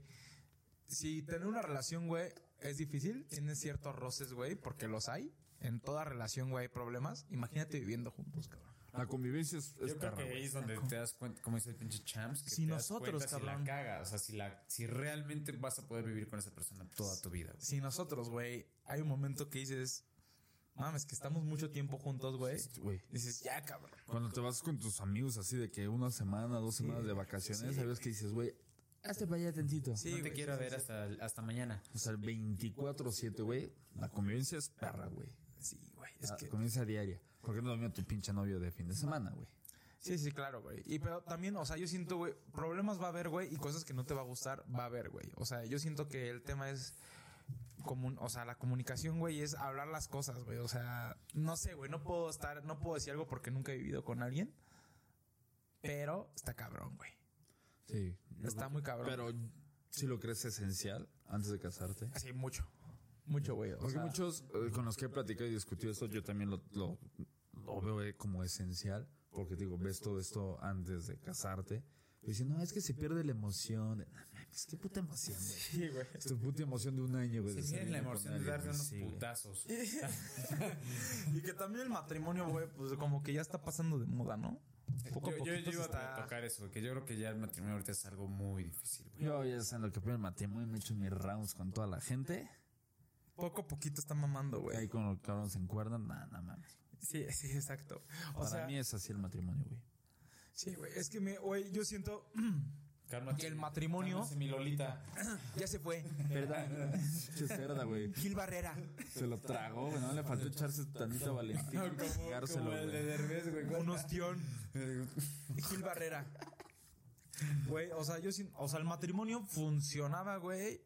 S1: si tener una relación, güey, es difícil, tienes ciertos roces, güey, porque los hay. En toda relación, güey, hay problemas. Imagínate viviendo juntos, cabrón.
S2: La convivencia es, es
S3: Yo creo
S2: perra,
S3: que ahí
S2: güey.
S3: es donde te das cuenta, como dice el pinche Champs, que
S1: Si
S3: te
S1: nosotros,
S3: das cuenta si
S1: cabrón.
S3: la cagas, o sea, si, la, si realmente vas a poder vivir con esa persona toda tu vida. güey.
S1: Si nosotros, güey, hay un momento que dices, mames, que estamos mucho tiempo juntos, güey.
S2: Güey.
S1: Dices, ya, cabrón.
S2: Cuando te vas con tus amigos así de que una semana, dos semanas de vacaciones, sabes que dices, güey, hazte para allá tantito.
S1: Sí,
S3: no te
S1: güey,
S3: quiero
S1: sí,
S3: ver
S1: sí,
S3: hasta, hasta mañana.
S2: O sea, el 24-7, güey, la convivencia es perra, güey.
S1: Sí, güey, es
S2: Ah,
S1: que...
S2: Comienza diaria. ¿Por qué no dormía tu pinche novio de fin de semana, güey?
S1: Sí, sí, claro, güey. Y pero también, o sea, yo siento, güey, problemas va a haber, güey, y cosas que no te va a gustar va a haber, güey. O sea, yo siento que el tema es común, o sea, la comunicación, güey, es hablar las cosas, güey. O sea, no sé, güey, no puedo estar, no puedo decir algo porque nunca he vivido con alguien, pero está cabrón, güey.
S2: Sí.
S1: Está muy cabrón.
S2: Pero si lo crees esencial antes de casarte.
S1: Sí, mucho. Mucho, güey. O
S2: Porque
S1: sea,
S2: muchos eh, con los que he platicado y discutido esto, yo también lo, lo- lo veo eh, como esencial. Porque digo, ves todo esto antes de casarte. Y dicen, no, es que se pierde la emoción. No mames, qué puta emoción, güey.
S1: Sí, güey.
S2: Es tu puta emoción de un año,
S1: Pues,
S2: güey. de
S3: Se
S2: salir
S3: tiene la
S2: con
S3: emoción de
S2: alguien,
S3: darse
S2: güey.
S3: unos
S2: Sí, güey.
S3: putazos.
S1: Y que también el matrimonio, güey, pues como que ya está pasando de moda, ¿no? [LAUGHS] Poco a
S3: Yo- yo,
S1: poquito
S3: yo
S1: se
S3: iba
S1: está-
S3: a tocar eso, que yo creo que ya el matrimonio ahorita es algo muy difícil, güey.
S2: Yo ya sé en lo que fue el matrimonio, me he hecho mis rounds con toda la gente.
S1: Poco a poquito está mamando, güey.
S2: Ahí con los cabrones se encuerdan, nada, nada mames.
S1: Sí, sí, exacto. O
S2: Para
S1: sea,
S2: mí es así el matrimonio, güey.
S1: sí, güey. Es que, me, güey, yo siento
S3: Cálmate.
S1: que el matrimonio
S3: Cálmese, mi Lolita.
S1: ya se fue.
S2: [LAUGHS] ¿Verdad? Che cerda, güey.
S1: Gil Barrera.
S2: Se lo tragó, güey. No le faltó echarse tantita valentía. y chingárselo, güey.
S3: Derbez, güey.
S1: Un ostión. Gil Barrera. Güey, o sea, yo sin, O sea, el matrimonio funcionaba, güey,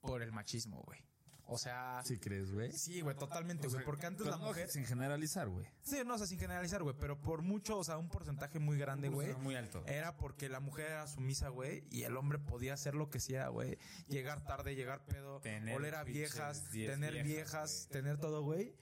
S1: por el machismo, güey. O sea.
S2: ¿Sí crees, güey?
S1: Sí, güey, totalmente, güey. Porque antes la
S2: Pero no,
S1: mujer.
S2: Sin generalizar, güey.
S1: Sí, no, o sea, sin generalizar, güey, pero por mucho, o sea, un porcentaje muy grande, güey. Eh,
S3: porcentaje muy alto.
S1: Era porque la mujer era sumisa, güey, y el hombre podía hacer lo que sea, güey. Llegar tarde, llegar pedo,
S3: Tener
S1: oler a
S3: pinches
S1: viejas,
S3: 10
S1: tener
S3: viejas,
S1: viejas, tener todo, güey.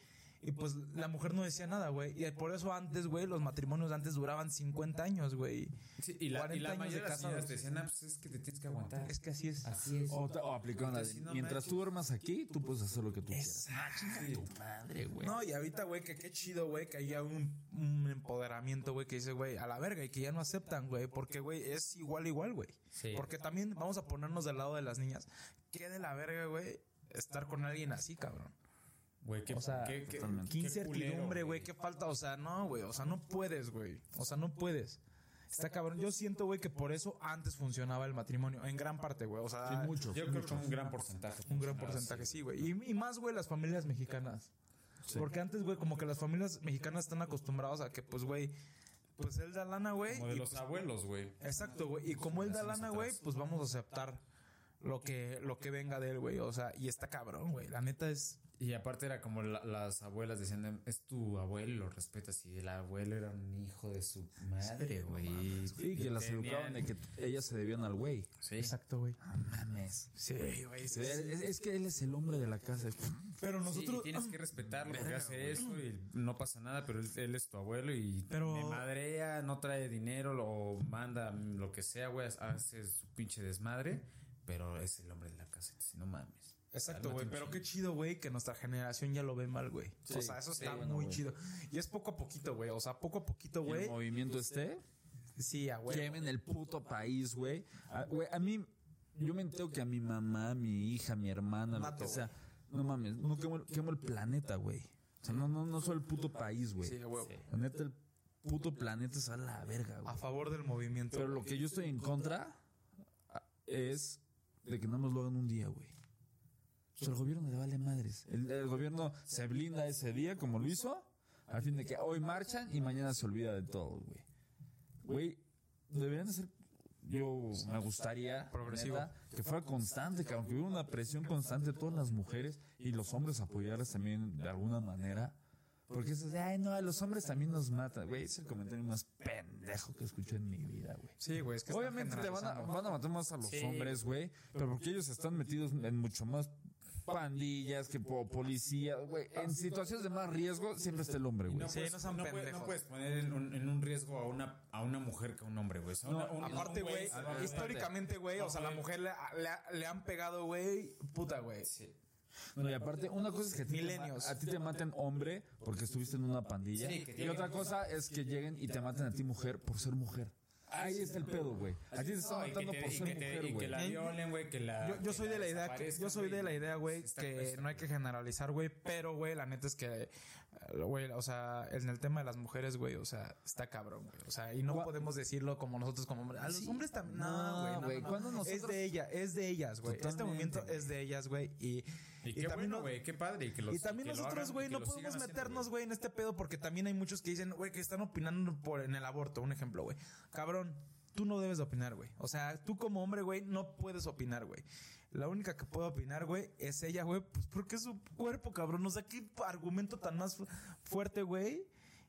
S1: Y pues la mujer no decía nada, güey. Y por eso antes, güey, los matrimonios de antes duraban 50 años, güey.
S3: Sí, y la, y
S1: 40
S3: la
S1: años
S3: mayoría
S1: de
S3: de las señoras
S1: casados.
S3: te decían, ah, pues es que te tienes que aguantar.
S1: Es que así es.
S3: Así es.
S2: O, te- o aplicaron la de,
S3: Sí, no
S2: mientras
S3: manches.
S2: tú duermas aquí, tú puedes hacer lo que tú quieras.
S1: Exacto.
S2: Madre, güey.
S1: No, y ahorita, güey, que qué chido, güey, que haya un, un empoderamiento, güey, que dice, güey, a la verga y que ya no aceptan, güey, porque, güey, es igual, igual, güey.
S3: Sí.
S1: Porque también vamos a ponernos del lado de las niñas. Qué de la verga, güey, estar con alguien así, cabrón.
S3: Güey, qué,
S1: O sea,
S3: qué- qué-
S2: totalmente.
S1: Qué
S3: qué
S1: incertidumbre,
S3: culero,
S1: güey, qué falta, o sea, no, güey, o sea, no puedes, güey, o sea, no puedes. Está cabrón. Yo siento, güey, que por eso antes funcionaba el matrimonio, en gran parte, güey, o sea,
S2: Sí, muchos.
S3: Yo creo que un gran porcentaje.
S1: un gran porcentaje, sí, güey. Y, y más, güey, las familias mexicanas. Porque antes, güey, como que las familias mexicanas están acostumbradas a que, pues, güey, pues él da lana, güey.
S3: Como de
S1: y- pues,
S3: los abuelos, güey.
S1: Exacto, güey. Y como él da lana, güey, pues vamos a aceptar lo que, lo que venga de él, güey. O sea, y está cabrón, güey. La neta es.
S3: Y aparte era como la- las abuelas decían, es tu abuelo y lo respetas. Y el abuelo era un hijo de su madre, güey.
S2: Y que las
S3: Tenían-
S2: educaban de que ellas se debían al güey.
S3: Sí.
S1: Exacto, güey.
S2: No mames.
S1: Sí, güey.
S2: Es, es que él es el hombre de la casa.
S1: Pero
S3: Sí,
S1: nosotros.
S3: y tienes que respetarlo porque hace eso y no pasa nada, pero él, él es tu abuelo y
S1: Pero-
S3: me madrea, no trae dinero lo manda lo que sea, güey, hace su pinche desmadre, pero es el hombre de la casa, entonces, no mames.
S1: Exacto, güey. Pero qué chido, güey, que nuestra generación ya lo ve mal, güey. o sea, eso está
S2: bueno,
S1: muy
S2: güey.
S1: chido. Y es poco a poquito, güey. O sea, poco a poquito,
S2: Y El
S1: güey.
S2: movimiento este.
S1: Sí, a güey.
S2: Quemen el puto país, güey. A, güey, a mí, yo me entero que a mi mamá, a mi hija, a mi hermana, lo
S1: Mato,
S2: que sea. No mames, no quemo, el- quemo el planeta, güey. O sea, no, no, no solo el puto país, güey.
S1: Sí, a huevo.
S2: La neta, el puto planeta se va a la verga, güey.
S1: A favor del movimiento.
S2: Pero lo que yo estoy en contra a- es de que nada más lo hagan un día, güey. O sea, el gobierno le vale madres. El, el gobierno se blinda ese día como lo hizo, al fin de que hoy marchan y mañana se olvida de todo, güey. Güey, deberían de ser... Yo me gustaría
S1: Progresivo.
S2: neta, que fuera constante, que aunque hubiera una presión constante de todas las mujeres y los hombres apoyarlas también de alguna manera. Porque eso de, ay, no, a los hombres también nos matan. Güey, es el comentario más pendejo que escuché en mi vida, güey.
S1: Sí, güey. Es que están
S2: Obviamente te van a,
S1: generalizando.
S2: van a matar más a los hombres, güey. Pero porque ellos están metidos en mucho más pandillas que po- policía, güey. En situaciones de más riesgo siempre está el hombre, güey.
S1: Sí, no sean
S3: puedes-
S1: pendejos.
S3: puedes poner en un, en un riesgo a una, a una mujer que a un hombre, güey. O sea, una- un-
S1: Aparte,
S3: un
S1: güey,
S3: se va a-
S1: históricamente, güey, o sea, la mujer le, le- le han pegado, güey, puta, güey.
S3: Sí.
S2: No, y aparte, una cosa es que a ti, te, ma-
S1: Millennials.
S2: a ti te maten hombre porque estuviste en una pandilla.
S3: Sí, que
S2: y
S3: lleguen.
S2: otra cosa es que lleguen y te maten a ti mujer por ser mujer. Ahí está el pedo, güey. A ti te están
S3: No, y que
S2: matando
S3: te-
S2: por
S3: y
S2: ser
S3: que te-
S2: mujer,
S3: y que
S2: güey.
S3: la violen, güey, que la.
S1: Yo, yo soy de la idea, que, yo soy de la idea, güey,
S3: Está
S1: que
S3: puesta,
S1: no hay que generalizar, güey, pero, güey, la neta es que, eh, güey, o sea, en el tema de las mujeres, güey, o sea, está cabrón, güey, o sea, y no
S2: Gua-
S1: podemos decirlo como nosotros como hombres. A los
S2: Sí.
S1: hombres también,
S2: No,
S1: no, güey, no,
S2: güey,
S1: no, no.
S2: ¿cuándo
S1: Es
S2: nosotros-
S1: de ella, es de ellas, güey, este
S2: Totalmente,
S1: movimiento
S2: güey.
S1: es de ellas, güey, y,
S3: Y,
S1: y
S3: qué bueno,
S1: no-
S3: güey, qué padre. Y, que los-
S1: y también
S3: que lo
S1: nosotros,
S3: hagan,
S1: güey,
S3: que
S1: no
S3: lo sigan
S1: podemos
S3: haciendo,
S1: meternos, güey, en este pedo porque también hay muchos que dicen, güey, que están opinando por en el aborto, un ejemplo, güey. Cabrón, tú no debes de opinar, güey. O sea, tú como hombre, güey, no puedes opinar, güey. La única que puede opinar, güey, es ella, güey, pues porque es su cuerpo, cabrón. O sea, qué argumento tan más fu- fuerte, güey.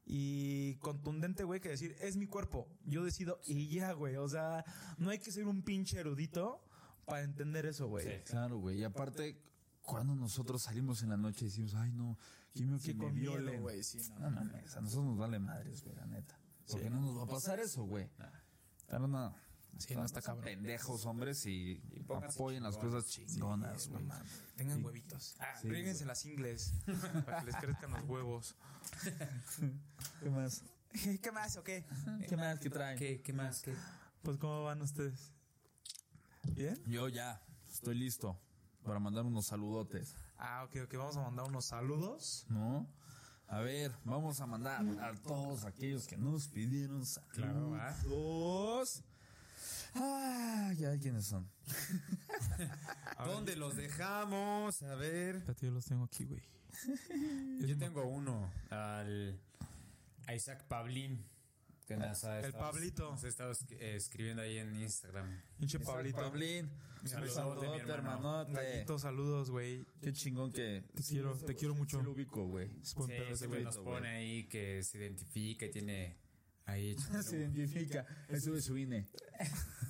S1: Y contundente, güey, que decir, es mi cuerpo, yo decido y ya, güey. O sea, no hay que ser un pinche erudito para entender eso, güey.
S3: Sí.
S2: Claro, güey. Y aparte, cuando nosotros salimos en la noche y decimos, ay, no, que me, que
S1: Sí,
S2: me
S1: con miedo,
S2: violen.
S1: güey, sí, no.
S2: No mames, a nosotros nos vale madres, güey, la neta. Porque no nos va a pasar eso, güey. Pero no.
S1: Sí, no, está
S2: son
S1: cabrón.
S2: Pendejos, hombres, y,
S3: pónganse
S2: apoyen las cosas chingonas, güey.
S1: Tengan huevitos. Ah,
S2: Sí,
S1: rieguense las ingles para que les crezcan los [LAUGHS] huevos.
S2: ¿Qué más?
S1: ¿Qué más o qué?
S2: ¿Qué más que traen?
S3: ¿Qué, qué más? ¿Qué?
S1: Pues, ¿cómo van ustedes? ¿Bien?
S2: Yo ya estoy listo para mandar unos saludotes,
S1: Ah, ok, ok. Vamos a mandar unos saludos.
S2: ¿no? A ver, vamos a mandar a todos aquellos que nos pidieron saludos.
S3: Claro, ¿ah?
S2: Dos. Ah, ya quiénes son.
S3: ¿Dónde los dejamos? A ver.
S1: Espérate, yo los tengo aquí, güey.
S3: Yo tengo uno al a Isaac Pablín. Que nos ha
S1: el
S3: estado-
S1: Pablito.
S3: Nos ha estado esqui- eh, escribiendo ahí en Instagram.
S1: Pinche Pablito.
S2: Pablín. Un
S3: Saludote, mi
S2: saludote,
S3: hermano.
S2: hermanote.
S1: Pablito, saludos, güey.
S2: Qué chingón que.
S1: Te quiero, te quiero
S2: Sí
S1: mucho.
S2: lo ubico, güey.
S1: Es buen
S3: Sí,
S1: pedo ese
S3: ese
S1: güey.
S3: güey nos pone ahí que se identifica y tiene ahí.
S1: [LAUGHS]
S2: Ah,
S1: Este
S2: Se identifica. Ahí sube su [LAUGHS] INE.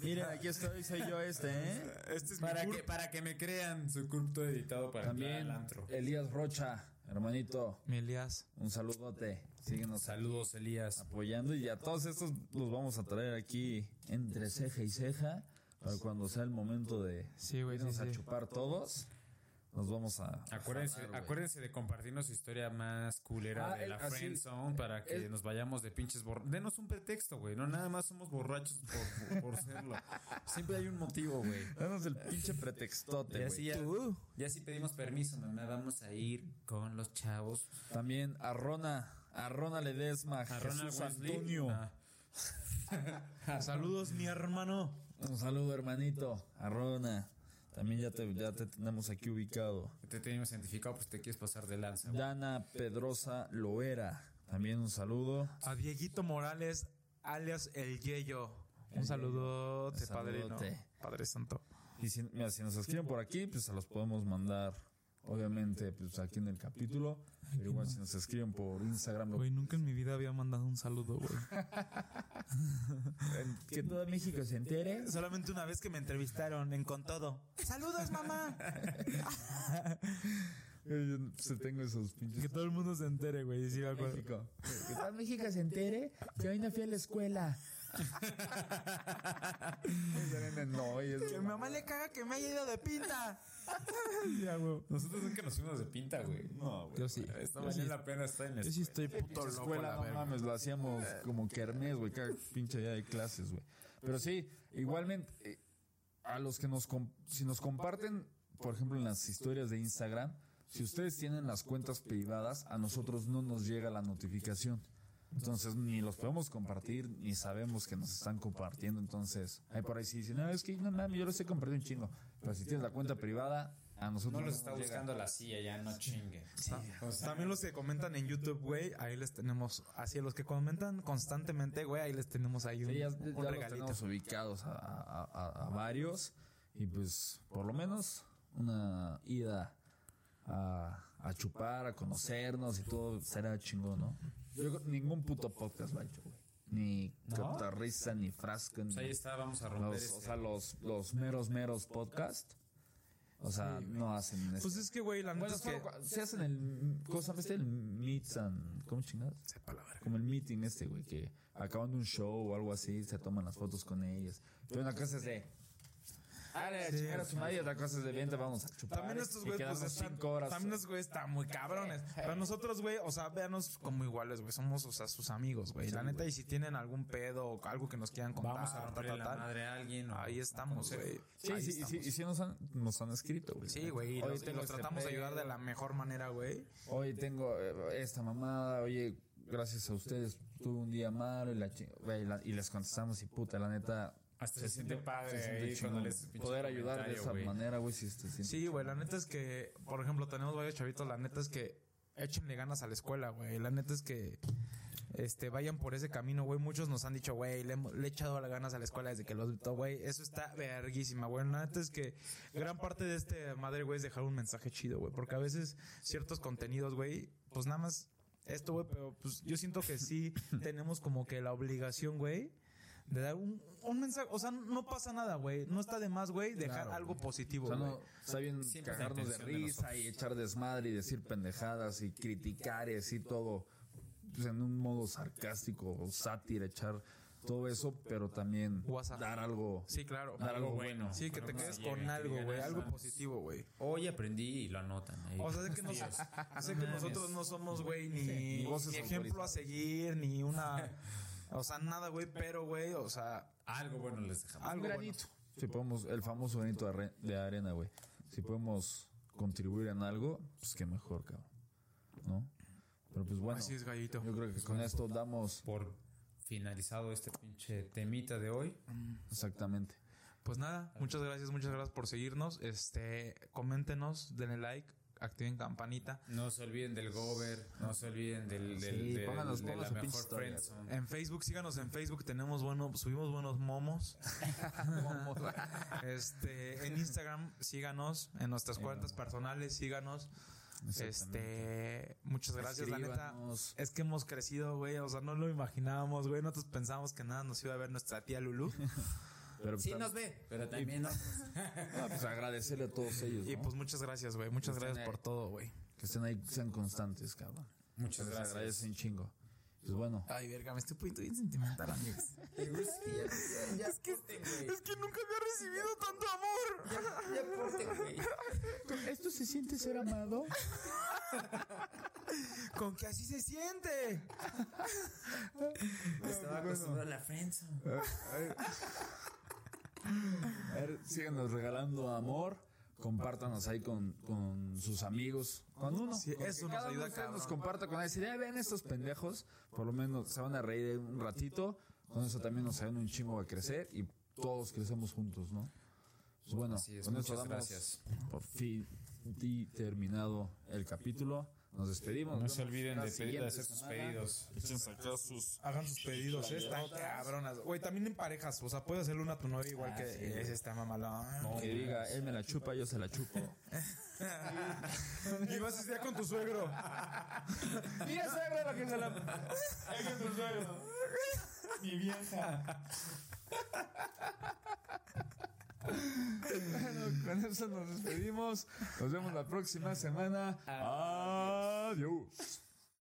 S2: Miren, aquí estoy, soy yo este, ¿eh?
S3: Este es
S2: mi
S3: para
S2: cur-
S3: que, para que me crean su curto editado para entrar
S2: También
S3: al antro.
S2: Elías Rocha, hermanito.
S1: Mi Elías.
S2: Un saludote. Síguenos
S3: Saludos, Elías.
S2: apoyando y a todos estos los vamos a traer aquí entre ceja y ceja para cuando sea el momento de
S1: Sí, güey, sí,
S2: irnos a
S1: sí.
S2: chupar todos. Nos vamos a
S3: Acuérdense,
S2: afanar, güey.
S3: acuérdense de compartirnos su historia más culera
S2: Ah,
S3: de
S2: el-
S3: la
S2: así-
S3: friend zone para que
S2: el-
S3: nos vayamos de pinches borrachos. Denos un pretexto, güey. No nada más somos borrachos por, por- por serlo. Siempre hay un motivo, güey.
S2: Danos el pinche pretextote,
S3: Y
S2: güey.
S3: así ya, ya sí pedimos permiso, mamá. Vamos a ir con los chavos.
S2: También a Rona, a Rona Ledesma, a Jesús Antonio.
S3: Ah,
S1: Saludos, mi hermano.
S2: Un saludo, hermanito, a Rona. También ya te, ya te tenemos aquí ubicado.
S3: que te tenemos identificado, pues te quieres pasar de lanza. güey.
S2: Dana Pedrosa Loera. También un saludo.
S1: A Dieguito Morales, alias El Yeyo. Un
S2: El
S1: saludote,
S2: Yeyo.
S1: padrino.
S2: Saludote.
S1: Padre Santo.
S2: Y si, mira, si nos escriben por aquí, pues se los podemos mandar, obviamente, pues aquí en el capítulo. Pero igual si nos escriben por Instagram, lo-
S1: Güey, nunca en mi vida había mandado un saludo, güey.
S2: que todo México se entere.
S1: [LAUGHS] Solamente una vez que me entrevistaron en Con Todo. ¡Saludos, mamá!
S2: Eh, yo se tengo esos pinches.
S1: [LAUGHS] que todo el mundo se entere, güey. Sí, me acuerdo.
S2: México. Que todo México se entere que hoy no fui a la escuela. no, y
S1: Que
S2: es
S1: a mi mamá le caga que me haya ido de pinta. [LAUGHS] ya, güey.
S3: Nosotros nunca nos fuimos de pinta, güey. No, güey.
S1: Yo sí.
S3: Esta
S1: Yo sí,
S3: mañana apenas está en la
S1: yo sí estoy puto
S2: Pinche
S1: loco.
S2: escuela,
S1: la
S2: no
S1: verga.
S2: mames, lo hacíamos como kermés, güey, cada pinche día de clases, güey. Pero sí, igualmente, eh, a los que nos, com- si nos comparten, por ejemplo, en las historias de Instagram, si ustedes tienen las cuentas privadas, a nosotros no nos llega la notificación. Entonces, ni los podemos compartir, ni sabemos que nos están compartiendo. Entonces, hay por ahí si dicen, no, es que no mames, yo lo estoy compartiendo un chingo. Pero si tienes la cuenta privada, a nosotros
S3: No los
S2: nos
S3: está
S2: llega.
S3: buscando la silla, ya no chingue. O sea,
S1: También los que comentan en YouTube, güey, ahí les tenemos. Así, los que comentan constantemente, güey, ahí les tenemos ahí un,
S2: Sí, ya,
S1: un
S2: ya los
S1: regalito.
S2: tenemos ubicados a, a- a- a varios. Y pues, por lo menos, una ida a, a chupar, a conocernos y todo será chingón, ¿no? Yo creo que ningún puto podcast lo ha hecho, güey. Ni Cotarriza, ni Frasco, ni
S3: pues ahí está, vamos a romper.
S2: los, o
S3: este-
S2: sea, los, los meros, meros podcast. O sea, no hacen eso.
S1: Pues es que, güey, la neta
S2: Bueno,
S1: es que.
S2: solo cua- se hacen el. ¿Cómo se llama este? El meets and. ¿Cómo chingados?
S1: Sepa la verga.
S2: Como el meeting este, güey, que acabando un show o algo así, se toman las fotos con ellas. Pero en "Ah, la casa es de. Dale, a chingar a su madre y otra cosa es de bien, te vamos a chupar.
S1: También estos
S2: y
S1: güeyes pues
S2: quedarnos
S1: están,
S2: cinco horas.
S1: también los güeyes están muy cabrones. Pero nosotros, güey, o sea, véanos como iguales, güey. Somos, o sea, sus amigos, güey. La neta, y si tienen algún pedo o algo que nos quieran contar,
S3: Vamos a
S1: tal,
S3: romperle la
S1: tal,
S3: madre a alguien. o-
S1: ahí estamos, güey.
S2: Sí,
S1: Ahí
S2: sí, y
S1: estamos.
S2: sí, y sí nos han, nos han escrito, güey.
S1: Sí, güey, y
S2: Oye,
S1: los, y
S2: tengo
S1: los
S2: este
S1: tratamos de
S2: pedo.
S1: ayudar de la mejor manera, güey.
S2: Oye, tengo eh, esta mamada, oye, gracias a ustedes tuve un día malo y, la chi- güey, la- y les contestamos y puta, la neta.
S3: Hasta se siente padre
S2: se siente
S3: ahí
S2: chingón,
S3: cuando les-
S2: güey.
S3: pinche
S2: poder ayudar de
S3: comentario,
S2: esa
S3: güey.
S2: manera, güey, si te sientes.
S1: Sí, güey, la neta es que, por ejemplo, tenemos varios chavitos, la neta es que échenle ganas a la escuela, güey. La neta es que este vayan por ese camino, güey. Muchos nos han dicho, güey, le, hemo- le he echado las ganas a la escuela desde que los to- güey. Eso está verguísima, güey. La neta es que gran parte de este madre, güey, es dejar un mensaje chido, güey. Porque a veces ciertos contenidos, güey, pues nada más esto, güey, pero pues yo siento que
S2: [LAUGHS]
S1: sí tenemos como que la obligación, güey. De dar un, un mensaje, o sea, no pasa nada, güey. No está de más, güey, dejar
S2: Claro,
S1: algo positivo,
S2: O sea,
S1: güey.
S2: no, está bien
S3: Siempre es la
S2: cagarnos de
S3: intención de
S2: risa y echar desmadre y decir pendejadas y criticar y así todo pues, en un modo sarcástico o sátira, echar todo eso, pero también
S1: Guasa.
S2: dar algo.
S1: Sí, claro.
S2: Dar algo
S3: bueno.
S1: Sí, que
S3: Pero
S1: te
S3: no
S1: quedes
S3: se
S1: con
S3: lleven,
S1: algo,
S3: digan,
S1: güey.
S3: "Ah,
S1: Algo
S3: pues,
S1: positivo, güey.
S3: Hoy aprendí y lo anotan. ahí.
S1: O sea, sé que, nos- sé que nosotros no somos, güey, ni,
S2: Ni voces
S1: ni ejemplo a seguir, ni una... O sea, nada, güey, pero, güey, o sea,
S3: Algo bueno les dejamos.
S1: algo bueno.
S2: Si podemos, el famoso granito de arre- de arena, güey. Si podemos contribuir en algo, pues qué mejor, cabrón. ¿No? Pero pues bueno,
S1: Así es, gallito.
S2: yo creo que con esto damos
S3: Por finalizado este pinche temita de hoy.
S2: exactamente.
S1: Pues nada, muchas gracias, muchas gracias por seguirnos. Este, coméntenos, denle like, activen campanita.
S3: No se olviden del Gover. No se olviden del. del,
S2: Sí,
S3: del-
S2: pónganos- pónganos
S3: de la
S2: su pinche
S3: mejor
S2: historia,
S3: friendzone.
S1: En Facebook, síganos en Facebook, tenemos bueno, subimos buenos momos. [LAUGHS] Momos. este, en Instagram, síganos, en nuestras cuentas personales, síganos. Este, muchas gracias, la neta.
S2: Escríbanos.
S1: Es que hemos crecido, güey, o sea, no lo imaginábamos, güey, nosotros pensábamos que nada nos iba a ver nuestra tía Lulu
S2: Pero
S3: Sí,
S2: pues,
S3: nos ve. Pero también no. [LAUGHS]
S2: ah, pues, agradecerle a todos ellos.
S1: y
S2: ¿no?
S1: [LAUGHS] pues muchas gracias, güey, muchas gracias por todo, güey.
S2: Que estén ahí, que sean constantes, cabrón.
S3: Muchas
S2: Les
S3: gracias.
S2: agradecen chingo. Pues bueno,
S1: Ay, verga, me estoy poniendo bien sentimental, amigos.
S3: es que este, güey.
S1: [LAUGHS] es que nunca había recibido tanto amor.
S2: ¿esto se siente ser amado?
S1: Con que así se siente.
S3: Estaba acostumbrado a la friendzone.
S2: A ver, síganos regalando amor. Compártanos ahí con, con sus amigos. Con uno.
S1: Sí,
S2: Con
S1: eso nos
S2: que cada uno
S1: ayuda,
S2: de ustedes nos
S1: cabrón.
S2: comparta con esa idea. Vean estos pendejos. Por lo menos se van a reír un ratito. Con eso también nos ayudan un chingo a crecer. Y todos crecemos juntos, ¿no? Pues bueno,
S3: Así es,
S2: con eso
S3: muchas
S2: damos
S3: gracias.
S2: por fin y terminado el capítulo. Nos despedimos.
S3: No se olviden de,
S2: Nos vemos la
S3: pedir, de
S2: siguiente
S3: hacer sus
S2: semana.
S3: pedidos.
S1: Hagan sus pedidos, eh, están cabronas. Güey, también en parejas, o sea, puedes hacerle una a tu novia igual que es esta mamalona. [LAUGHS]
S2: Que diga, él me la chupa, yo se la chupo.
S1: Y vas a estar con tu suegro.
S2: Mira, suegro, lo que se la...
S4: Mi vieja.
S2: [LAUGHS] Con eso nos despedimos. Nos vemos la próxima semana. Adiós.